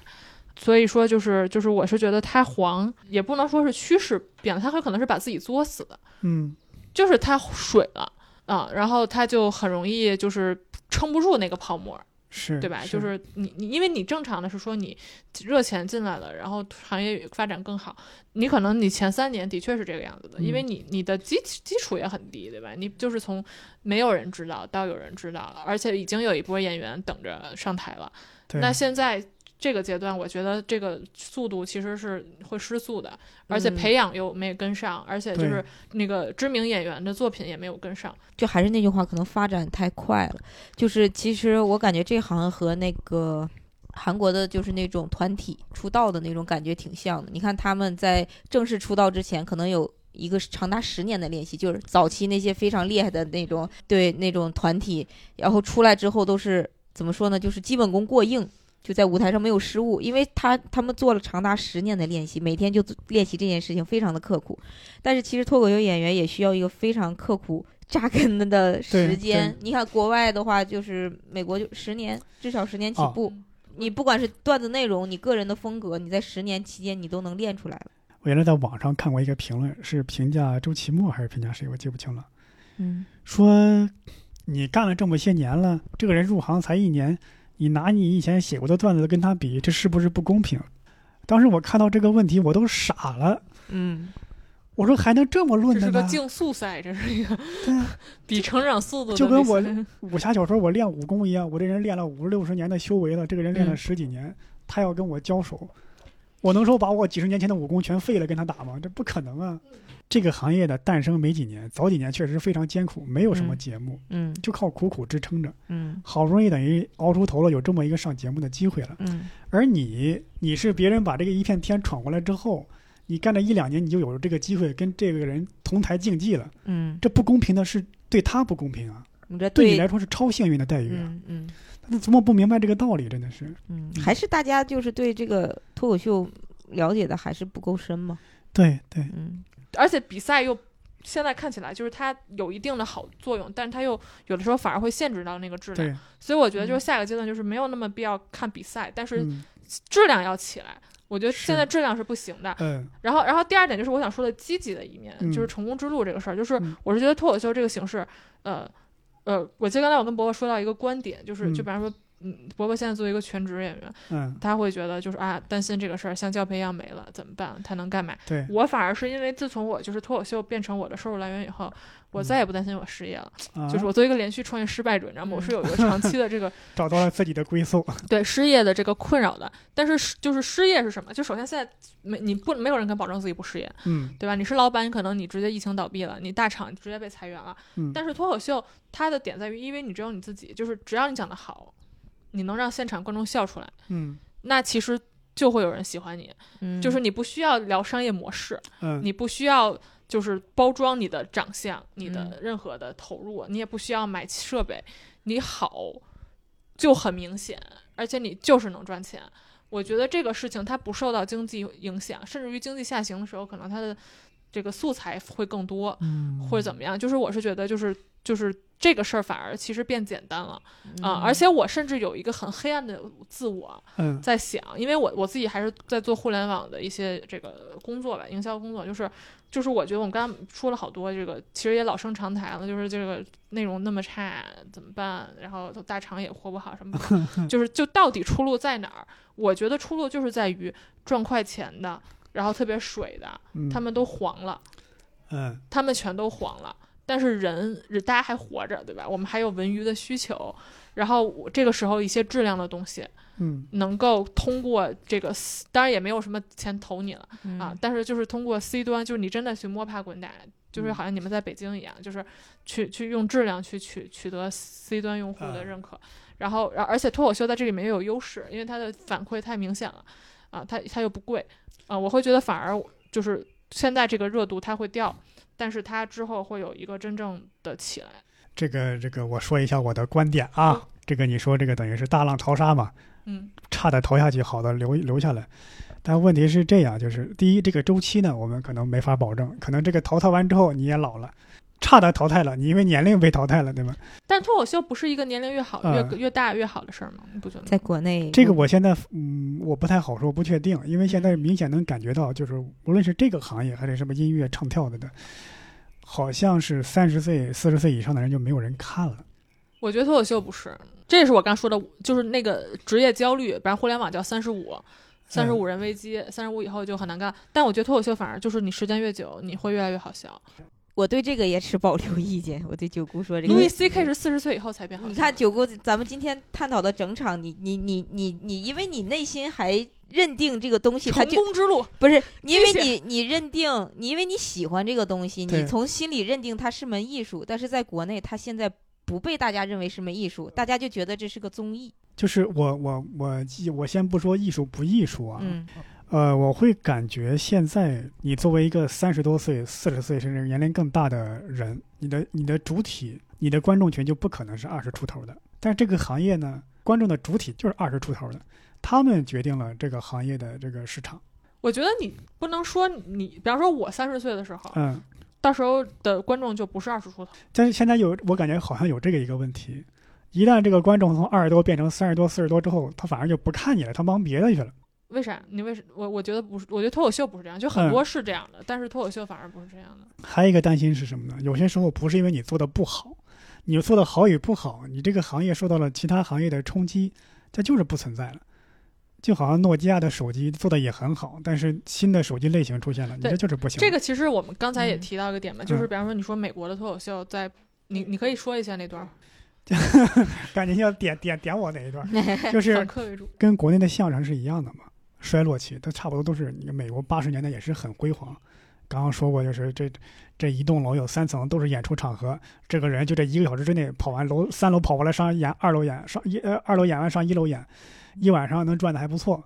C: 所以说，就是就是，我是觉得它黄也不能说是趋势变了，它很可能是把自己作死的，
A: 嗯
C: 就是它水了啊，然后它就很容易就是撑不住那个泡沫，
A: 嗯是
C: 对吧？就是你你，因为你正常的是说你热钱进来了，然后行业发展更好，你可能你前三年的确是这个样子的，因为
A: 嗯
C: 你你的基基础也很低，对吧？你就是从没有人知道到有人知道，而且已经有一波演员等着上台了。
A: 对
C: 那现在这个阶段，我觉得这个速度其实是会失速的，而且
B: 嗯
C: 培养又没跟上，而且就
A: 对
C: 是那个知名演员的作品也没有跟上。
B: 就还是那句话，可能发展太快了。就是其实我感觉这行和那个韩国的，就是那种团体出道的那种感觉挺像的。你看他们在正式出道之前，可能有一个长达十年的练习，就是早期那些非常厉害的那种对那种团体，然后出来之后都是怎么说呢？就是基本功过硬。就在舞台上没有失误，因为他他们做了长达十年的练习，每天就练习这件事情，非常的刻苦。但是其实脱口秀演员也需要一个非常刻苦扎根的时间
A: 对。
B: 你看国外的话，就是美国就十年，至少十
A: 哦
B: 年起步。
C: 嗯
B: 你不管是段子内容，你个人的风格，你在十年期间你都能练出来了。
A: 我原来在网上看过一个评论，是评价周奇墨还是评价谁，我记不清了。
B: 嗯
A: 说你干了这么些年了，这个人入行才一年，你拿你以前写过的段子跟他比，这是不是不公平？当时我看到这个问题，我都傻了。
B: 嗯，
A: 我说还能这么论
C: 这
A: 的
C: 是个
A: 呢？
C: 竞速赛，这是一个
A: 对啊，
C: 比成长速度的
A: 就跟
C: 比
A: 我
C: 赛
A: 武侠小说我练武功一样，我这人练了五六十年的修为了，这个人练了
C: 嗯
A: 十几年，他要跟我交手，我能说把我几十年前的武功全废了跟他打吗？这不可能
C: 嗯
A: 啊！这个行业的诞生没几年，早几年确实非常艰苦，没有什么
B: 嗯
A: 节目，
B: 嗯
A: 就靠苦苦支撑着，
B: 嗯
A: 好不容易等于熬出头了，有这么一个上节目的机会了。
B: 嗯
A: 而你，你是别人把这个一片天闯过来之后，你干了一两年，你就有这个机会跟这个人同台竞技了，
B: 嗯，
A: 这不公平的是对他不公平啊！
B: 你这
A: 对你来说是超幸运的待遇啊！
B: 嗯嗯
A: 他琢磨不明白这个道理，真的是。
B: 嗯，还是大家就是对这个脱口秀了解的还是不够深嘛。
A: 对对，
B: 嗯
C: 而且比赛又现在看起来就是它有一定的好作用，但是它又有的时候反而会限制到那个质量。
A: 对，
C: 所以我觉得就是下个阶段就是没有那么必要看比赛，但是
A: 嗯
C: 质量要起来。我觉得
A: 是
C: 现在质量是不行的。
A: 嗯
C: 然后，然后第二点就是我想说的积极的一面，
A: 嗯
C: 就是成功之路这个事儿。就是
A: 嗯
C: 我是觉得脱口秀这个形式，呃呃，我记得刚才我跟伯伯说到一个观点，就是
A: 嗯
C: 就比方说，嗯，伯伯现在作为一个全职演员，
A: 嗯，
C: 他会觉得就是啊，担心这个事儿像教培一样没了怎么办？他能干嘛？
A: 对，
C: 我反而是因为自从我就是脱口秀变成我的收入来源以后，我再也不担心我失业了。
A: 啊
C: 嗯就是我作为一个连续创业失败者，你知道吗？我是
B: 嗯
C: 有一个长期的这个
A: 找到了自己的归宿。
C: 对失业的这个困扰的。但是失就是失业是什么？就首先现在没你不没有人敢保证自己不失业，
A: 嗯
C: 对吧？你是老板，你可能你直接疫情倒闭了，你大厂直接被裁员了。
A: 嗯，
C: 但是脱口秀它的点在于，因为你只有你自己，就是只要你讲得好，你能让现场观众笑出来，
A: 嗯
C: 那其实就会有人喜欢你。
B: 嗯，
C: 就是啊你不需要聊商业模式，
A: 嗯
C: 你不需要就是包装你的长相，你
B: 嗯
C: 的任何的投入，你也不需要买设备，你好就很明显，而且你就是能赚钱。我觉得这个事情它不受到经济影响，甚至于经济下行的时候，可能它的这个素材会更多，
A: 嗯
C: 或者怎么样。就是我是觉得，就是就是这个事儿反而其实变简单了
B: 嗯
C: 啊、而且我甚至有一个很黑暗的自我，
A: 嗯
C: 在想，因为我我自己还是在做互联网的一些这个工作吧，营销工作，就是就是我觉得我们刚刚说了好多这个，其实也老生常谈了，就是这个内容那么差怎么办？然后大厂也活不好什么的，就是就到底出路在哪儿？我觉得出路就是在于赚快钱的，然后特别水的，
A: 嗯
C: 他们都黄了，
A: 嗯
C: 他们全都黄了。但是人，人大家还活着，对吧？我们还有文娱的需求，然后我这个时候一些质量的东西，
A: 嗯
C: 能够通过这个私，当然也没有什么钱投你了、
B: 嗯
C: 啊，但是就是通过 C 端，就是你真的去摸爬滚打，就是好像你们在北京一样，就是去去用质量去取取得 C 端用户的
A: 嗯
C: 认可，然后然后而且脱口秀在这里面也有优势，因为它的反馈太明显了啊，它它又不贵啊，我会觉得反而就是现在这个热度它会掉，但是它之后会有一个真正的起来，
A: 这个这个，我说一下我的观点啊。这个你说这个等于是大浪淘沙嘛，
C: 嗯
A: 差的投下去，好的留留下来。但问题是这样，就是第一，这个周期呢，我们可能没法保证，可能这个淘汰完之后你也老了，差的淘汰了，你因为年龄被淘汰了，对吧？
C: 但脱口秀不是一个年龄越好越、
A: 嗯
C: 越大越好的事儿吗？你不觉得吗？
B: 在国内
A: 这个我现在嗯，我不太好说，不确定，因为现在明显能感觉到，就是无论是这个行业还是什么音乐唱跳的的，好像是三十岁、四十岁以上的人就没有人看了。
C: 我觉得脱口秀不是，这也是我刚说的，就是那个职业焦虑，不然互联网叫三十五，三十
B: 嗯
C: 五人危机，三十五以后就很难干。但我觉得脱口秀反而就是你时间越久，你会越来越好笑。
B: 我对这个也持保留意见。我对九姑说这个
C: 路易 C K 是四十岁以后才变好笑。
B: 嗯你看，九姑，咱们今天探讨的整场，你你你你你，因为你内心还认定这个东西，它
C: 成
B: 就
C: 功之路，
B: 不是因为
C: 谢谢
B: 你你认定，你因为你喜欢这个东西，
A: 对
B: 你从心里认定它是门艺术，但是在国内，它现在不被大家认为是门艺术，大家就觉得这是个综艺。
A: 就是我我我记我先不说艺术不艺术啊，
B: 嗯
A: 呃，我会感觉现在你作为一个三十多岁、四十岁甚至年龄更大的人，你的你的主体、你的观众群就不可能是二十出头的。但这个行业呢，观众的主体就是二十出头的，他们决定了这个行业的这个市场。
C: 我觉得你不能说你，比方说我三十岁的时候，
A: 嗯，
C: 到时候的观众就不是二十出头。
A: 但是现在有我感觉好像有这个一个问题，一旦这个观众从二十多变成三十多、四十多之后，他反而就不看你了，他忙别的去了。
C: 为啥？你为什？我我觉得不是，我觉得脱口秀不是这样，就
B: 嗯
C: 很多是这样的，但是脱口秀反而不是这样的。
A: 还有一个担心是什么呢？有些时候不是因为你做的不好，你做的好与不好，你这个行业受到了其他行业的冲击，它就是不存在了。就好像诺基亚的手机做的也很好，但是新的手机类型出现了，你
C: 对
A: 这就是不行。
C: 这个其实我们刚才也提到一个点嘛，
A: 嗯
C: 就是比方说你说美国的脱口秀在，你你可以说一下那段儿，
A: 感觉要点点点我哪一 段？就是
C: 反客为主。
A: 跟国内的相声是一样的嘛，衰落期，它差不多都是你美国八十年代也是很辉煌。刚刚说过，就是这这一栋楼有三层，都是演出场合。这个人就这一个小时之内跑完楼三楼跑完了上演二楼演上一呃二楼演完上一楼演，一晚上能赚的还不错。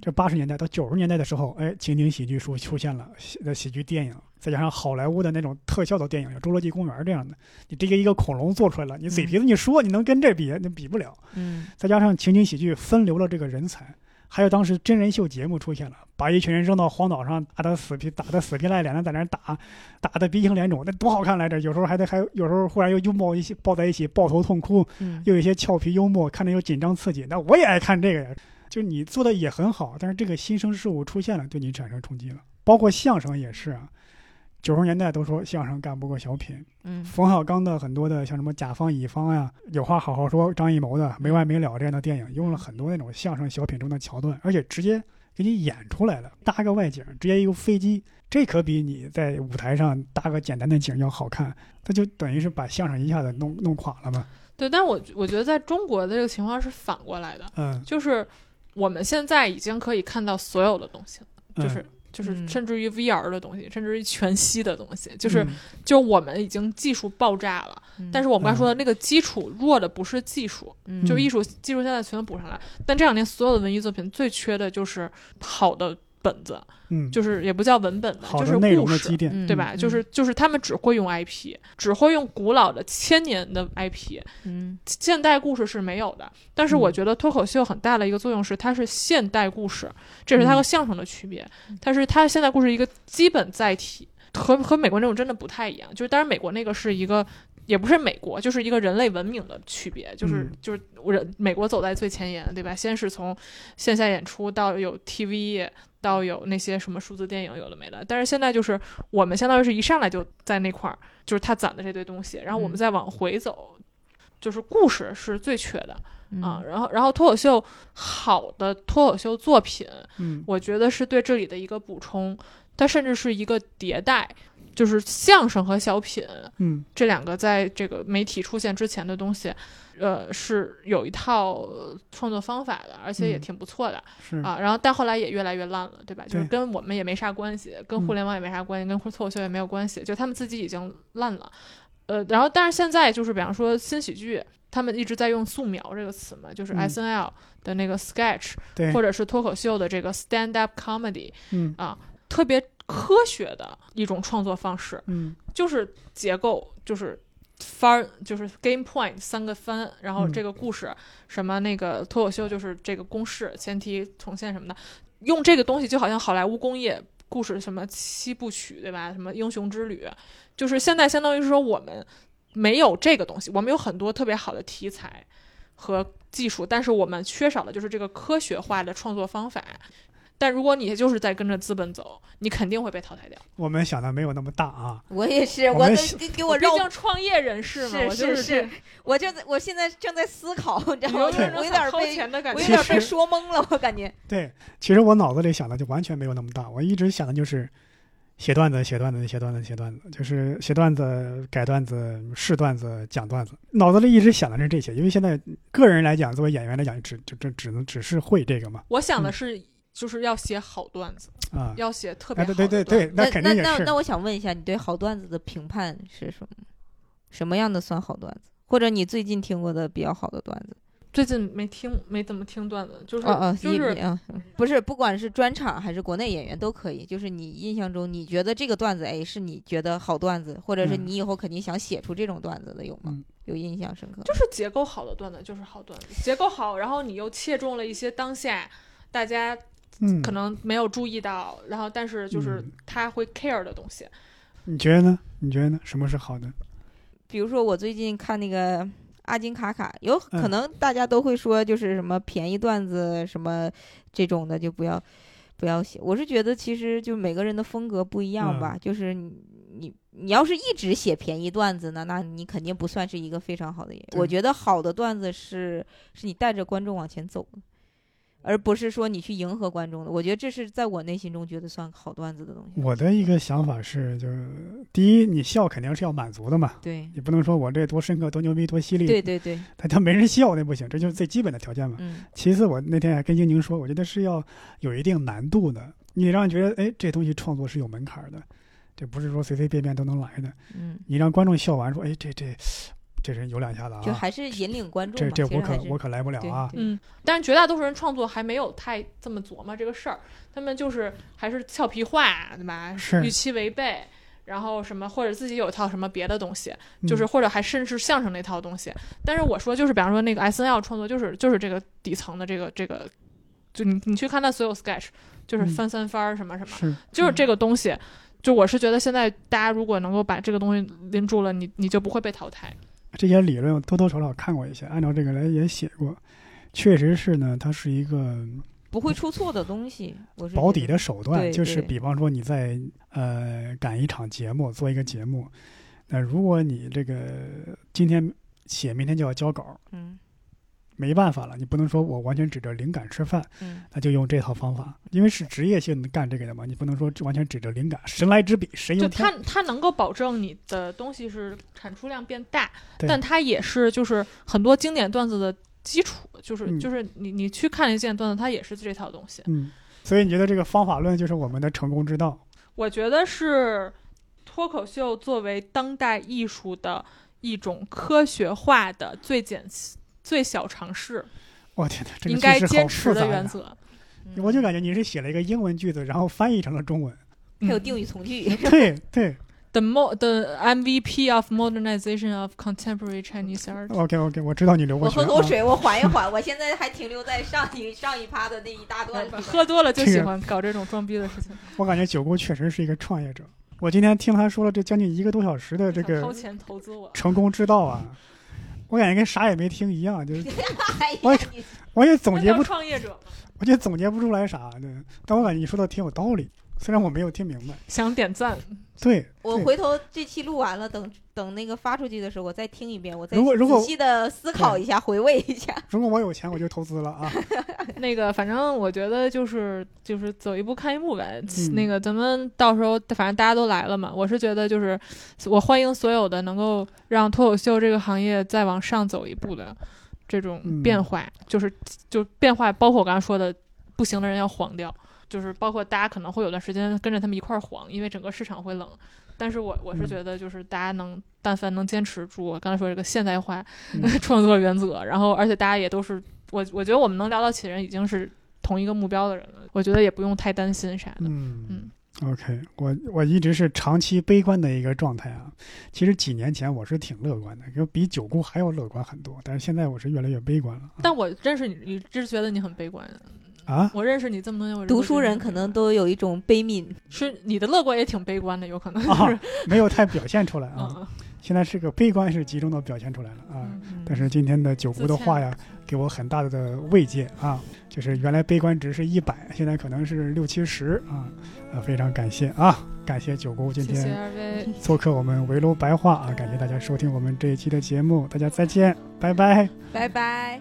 A: 这八十年代到九十年代的时候，哎，情景喜剧出出现了，喜呃喜剧电影，再加上好莱坞的那种特效的电影，像《侏罗纪公园》这样的，你这个一个恐龙做出来了，你嘴皮子你说你能跟这比，你比不了。
B: 嗯
A: 再加上情景喜剧分流了这个人才，还有当时真人秀节目出现了，把一群人扔到荒岛上，打的死皮打的死皮赖脸的在那儿打，打的鼻青脸肿，那多好看来着！有时候还得还有时候忽然又拥抱一起抱在一起抱头痛哭，
B: 嗯
A: 又有一些俏皮幽默，看着又紧张刺激。那我也爱看这个呀，就你做的也很好，但是这个新生事物出现了，对你产生冲击了。包括相声也是啊，九十年代都说相声干不过小品，
B: 嗯
A: 冯小刚的很多的像什么甲方乙方呀、有话好好说，张艺谋的
C: 嗯
A: 没完没了这样的电影，用了很多那种相声小品中的桥段，而且直接给你演出来了，搭个外景，直接一个飞机，这可比你在舞台上搭个简单的景要好看。那就等于是把相声一下子弄弄垮了嘛。
C: 对，但我我觉得在中国的这个情况是反过来的，
A: 嗯，
C: 就是我们现在已经可以看到所有的东西了，
A: 嗯
C: 就是。就是
B: 嗯
C: 甚至于 VR 的东西，甚至于全息的东西，就是、
A: 嗯
C: 就是我们已经技术爆炸了。
B: 嗯
C: 但是我们刚才说的那个基础弱的不是技术，
B: 嗯
C: 就是艺术技术现在全都补上来。但这两年所有的文艺作品最缺的就是好的本子，
A: 嗯，
C: 就是也不叫文本吧，
A: 好
C: 就
A: 的
C: 是
A: 内容
C: 故
A: 的
C: 事
A: 积。淀。
B: 嗯
C: 对吧？
B: 嗯
C: 就是就是他们只会用 IP，只会用古老的千年的 IP，
B: 嗯
C: 现代故事是没有的。但是我
A: 嗯
C: 觉得脱口秀很大的一个作用是，它是现代故事，这是它
A: 嗯
C: 和相声的区别。但是它现代故事一个基本载体，和和美国那种真的不太一样。就是当然美国那个是一个。也不是美国，就是一个人类文明的区别，就是、
A: 嗯
C: 就是人美国走在最前沿，对吧？先是从线下演出到有 TV，到有那些什么数字电影，有的没的。但是现在就是我们相当于是一上来就在那块儿，就是他攒的这堆东西，然后我们
B: 嗯
C: 再往回走，就是故事是最缺的
B: 嗯
C: 啊。然后，然后脱口秀好的脱口秀作品，
A: 嗯
C: 我觉得是对这里的一个补充，它甚至是一个迭代，就是相声和小品
A: 嗯
C: 这两个在这个媒体出现之前的东西，呃，是有一套创作方法的，而且也
A: 嗯
C: 挺不错的。
A: 是
C: 啊，然后但后来也越来越烂了，对吧？就是
A: 对
C: 跟我们也没啥关系，跟互
A: 嗯
C: 联网也没啥关系，跟脱口秀也没有关系，就他们自己已经烂了。呃，然后但是现在就是比方说新喜剧，他们一直在用素描这个词嘛，就是
A: 嗯
C: S N L 的那个 sketch，、
A: 对
C: 或，者是脱口秀的这个 stand up comedy，
A: 嗯
C: 特别科学的一种创作方式，
A: 嗯
C: 就是结构，就是番儿，就是 game point 三个番，然后
A: 嗯
C: 这个故事、什么那个脱口秀就是这个公式、前提重现什么的，用这个东西就好像好莱坞工业故事什么七部曲对吧？什么英雄之旅，就是现在相当于是说我们没有这个东西，我们有很多特别好的题材和技术，但是我们缺少的就是这个科学化的创作方法。但如果你就是在跟着资本走，你肯定会被淘汰掉。
A: 我们想的没有那么大啊。
B: 我也是，
A: 我
B: 我
A: 们
B: 都
A: 是
B: 给给我
C: 毕
B: 绕
C: 竟创业人士嘛，我
B: 是
C: 就是这
B: 是，我正在，我现在正在思考，你知
C: 有
B: 道吗？
C: 有
B: 就
A: 点
B: 是
C: 人
B: 我有点
C: 掏
B: 被，
C: 钱的感
B: 我
C: 觉。
B: 有
A: 其
B: 点被
A: 实
B: 说懵了，我感觉。
A: 对，其实我脑子里想的就完全没有那么大，我一直想的就是写段子、写段子、写段子、写段子，就是写段子、改段子、试段子、讲段子。脑子里一直想的是这些，因为现在个人来讲，作为演员来讲，只只只只能只是会这个嘛
C: 我想
B: 嗯
C: 的是，就是要写好段子，
A: 啊。
C: 要写特别
A: 哎，
C: 好
A: 对对
C: 的段
A: 对
C: 子。
A: 对，
B: 那
A: 肯
B: 那
A: 定也
B: 那
A: 是
B: 那我想问一下，你对好段子的评判是什么？什么样的算好段子？或者你最近听过的比较好的段子？
C: 最近没听，没怎么听段子，就是、
B: 哦哦，
C: 就
B: 你
C: 是
B: 啊，嗯不是，不管是专场还是国内演员都可以。就是你印象中，你觉得这个段子，哎，是你觉得好段子，或者是
A: 嗯
B: 你以后肯定想写出这种段子的，有吗
A: 嗯？
B: 有印象深刻？
C: 就是结构好的段子就是好段子，结构好，然后你又切中了一些当下大家
A: 嗯
C: 可，能没有注意到，然后但是就是
A: 嗯
C: 他会 care 的东西。
A: 你觉得呢？你觉得呢？什么是好的？
B: 比如说我最近看那个阿金卡卡，有
A: 嗯
B: 可能大家都会说就是什么便宜段子什么这种的
A: 嗯
B: 就不要不要写。我是觉得其实就每个人的风格不一样吧，就是你你你要是一直写便宜段子呢，那你肯定不算是一个非常好的演员。我
A: 对
B: 觉得好的段子是是你带着观众往前走的，而不是说你去迎合观众的。我觉得这是在我内心中觉得算好段子的东西。
A: 我的一个想法是，就是第一，你笑肯定是要满足的嘛，
B: 对，
A: 你不能说我这多深刻、多牛逼、多犀利，
B: 对对对，
A: 他他没人笑那不行，这就是最基本的条件嘛。
B: 嗯，
A: 其次，我那天还跟英宁说，我觉得是要有一定难度的，你得让人觉得，哎，这东西创作是有门槛儿的，这不是说随随便便都能来的。
B: 嗯，
A: 你让观众笑完说，哎，这这这人有两下子
B: 就
A: 啊，
B: 还是引领观众
A: 这
B: 嘛。
A: 这
B: 其
A: 我
B: 实还
A: 可
B: 是
A: 我可来不了
B: 对
A: 啊。
B: 对
C: 嗯，但绝大多数人创作还没有太这么琢磨这个事儿，他们就是还是俏皮话，对吧？
A: 是
C: 预期违背，然后什么或者自己有一套什么别的东西，
A: 嗯
C: 就是或者还甚至相声那套东西。但是我说就是，比方说那个 S N L 创作就是就是这个底层的这个这个，就你你去看他所有 sketch，就是
A: 嗯
C: 翻三番儿什么什么，
A: 是嗯
C: 就是这个东西。就我是觉得现在大家如果能够把这个东西拎住了，你你就不会被淘汰。
A: 这些理论我多多少少看过一些，按照这个来也写过，确实是呢，它是一个
B: 不会出错的东西，我是
A: 保
B: 觉
A: 底
B: 得
A: 的手段，
B: 对
A: 就是
B: 对
A: 比方说你在呃赶一场节目，做一个节目，那如果你这个今天写，明天就要交稿，
B: 嗯
A: 没办法了，你不能说我完全指着灵感吃饭，
B: 嗯，
A: 那就用这套方法，因为是职业性的干这个的嘛，你不能说完全指着灵感，神来之笔，神
C: 就
A: 游
C: 它
A: 天。
C: 它能够保证你的东西是产出量变大，
A: 对
C: 但它也是就是很多经典段子的基础，就是、
A: 嗯
C: 就是你你去看一件段子，它也是这套东西。
A: 嗯，所以你觉得这个方法论就是我们的成功之道？
C: 我觉得是脱口秀作为当代艺术的一种科学化的最简最小尝试，
A: 我天哪，这个
C: 应
A: 句
C: 该
A: 式好
C: 坚持
A: 复杂
C: 的原
A: 呀
C: 则。
B: 嗯
A: 我就感觉你是写了一个英文句子，然后翻译成了中文。 嗯
B: 还
C: 嗯
B: 有定语从句，
A: 对对
C: The mo the MVP of modernization of contemporary Chinese art。
A: ，OK OK，我知道你流过
B: 我
A: 血。
B: 喝口
A: 啊
B: 水，我缓一缓。我现在还停留在上一上一趴的那一大 段里边。
C: 喝多了就
A: 这个
C: 喜欢搞这种装逼的事情，
A: 我感觉九姑确实是一个创业者。我今天听他说了这将近一个多小时的这
C: 想掏
A: 个
C: 钱投资我。
A: 成功之道啊，我感觉跟啥也没听一样，就是
B: 哎呀
A: 我
B: 你
A: 我也总结
C: 那
A: 不出，
C: 叫创业者嘛
A: 我也总结不出来啥对，但我感觉你说的挺有道理，虽然我没有听明白。
C: 想点赞，
A: 对，
B: 我
A: 对
B: 回头这期录完了，等等那个发出去的时候，我再听一遍，我再
A: 如果如果
B: 仔细的思考一下，回味一下。
A: 如果我有钱我就投资了 啊。
C: 那个反正我觉得就是就是走一步看一步呗。
A: 嗯
C: 那个咱们到时候反正大家都来了嘛，我是觉得就是我欢迎所有的能够让脱口秀这个行业再往上走一步的这种
A: 嗯
C: 变化，就是就变化，包括我刚刚说的不行的人要黄掉，就是包括大家可能会有段时间跟着他们一块儿黄，因为整个市场会冷。但是我我是
A: 嗯
C: 觉得，就是大家能，但凡能坚持住，我刚才说这个现代化、
A: 嗯
C: 创作原则，然后而且大家也都是我我觉得我们能聊到起的人已经是同一个目标的人了，我觉得也不用太担心啥的。
A: 嗯，OK，我我一直是长期悲观的一个状态啊。其实几年前我是挺乐观的，就比九姑还要乐观很多，但是现在我是越来越悲观了
C: 但我认识你，你这是觉得你很悲观。
A: 啊。
C: 我认识你这么多年，我认为
B: 读书人可能都有一种悲悯，
C: 是你的乐观也挺悲观的，有可能就
A: 啊
C: 是、，
A: 没有太表现出来啊。
C: 嗯，
A: 现在是个悲观是集中的表现出来了啊。
C: 嗯
A: 但是今天的九姑的话呀，给我很大的慰藉啊，就是原来悲观值是一百，现在可能是六七十啊，啊，非常感谢啊，感谢九姑今
C: 谢谢
A: 天
C: 二位。
A: 做客我们围炉白话啊，感谢大家收听我们这一期的节目，大家再见，拜拜。
B: 嗯拜拜。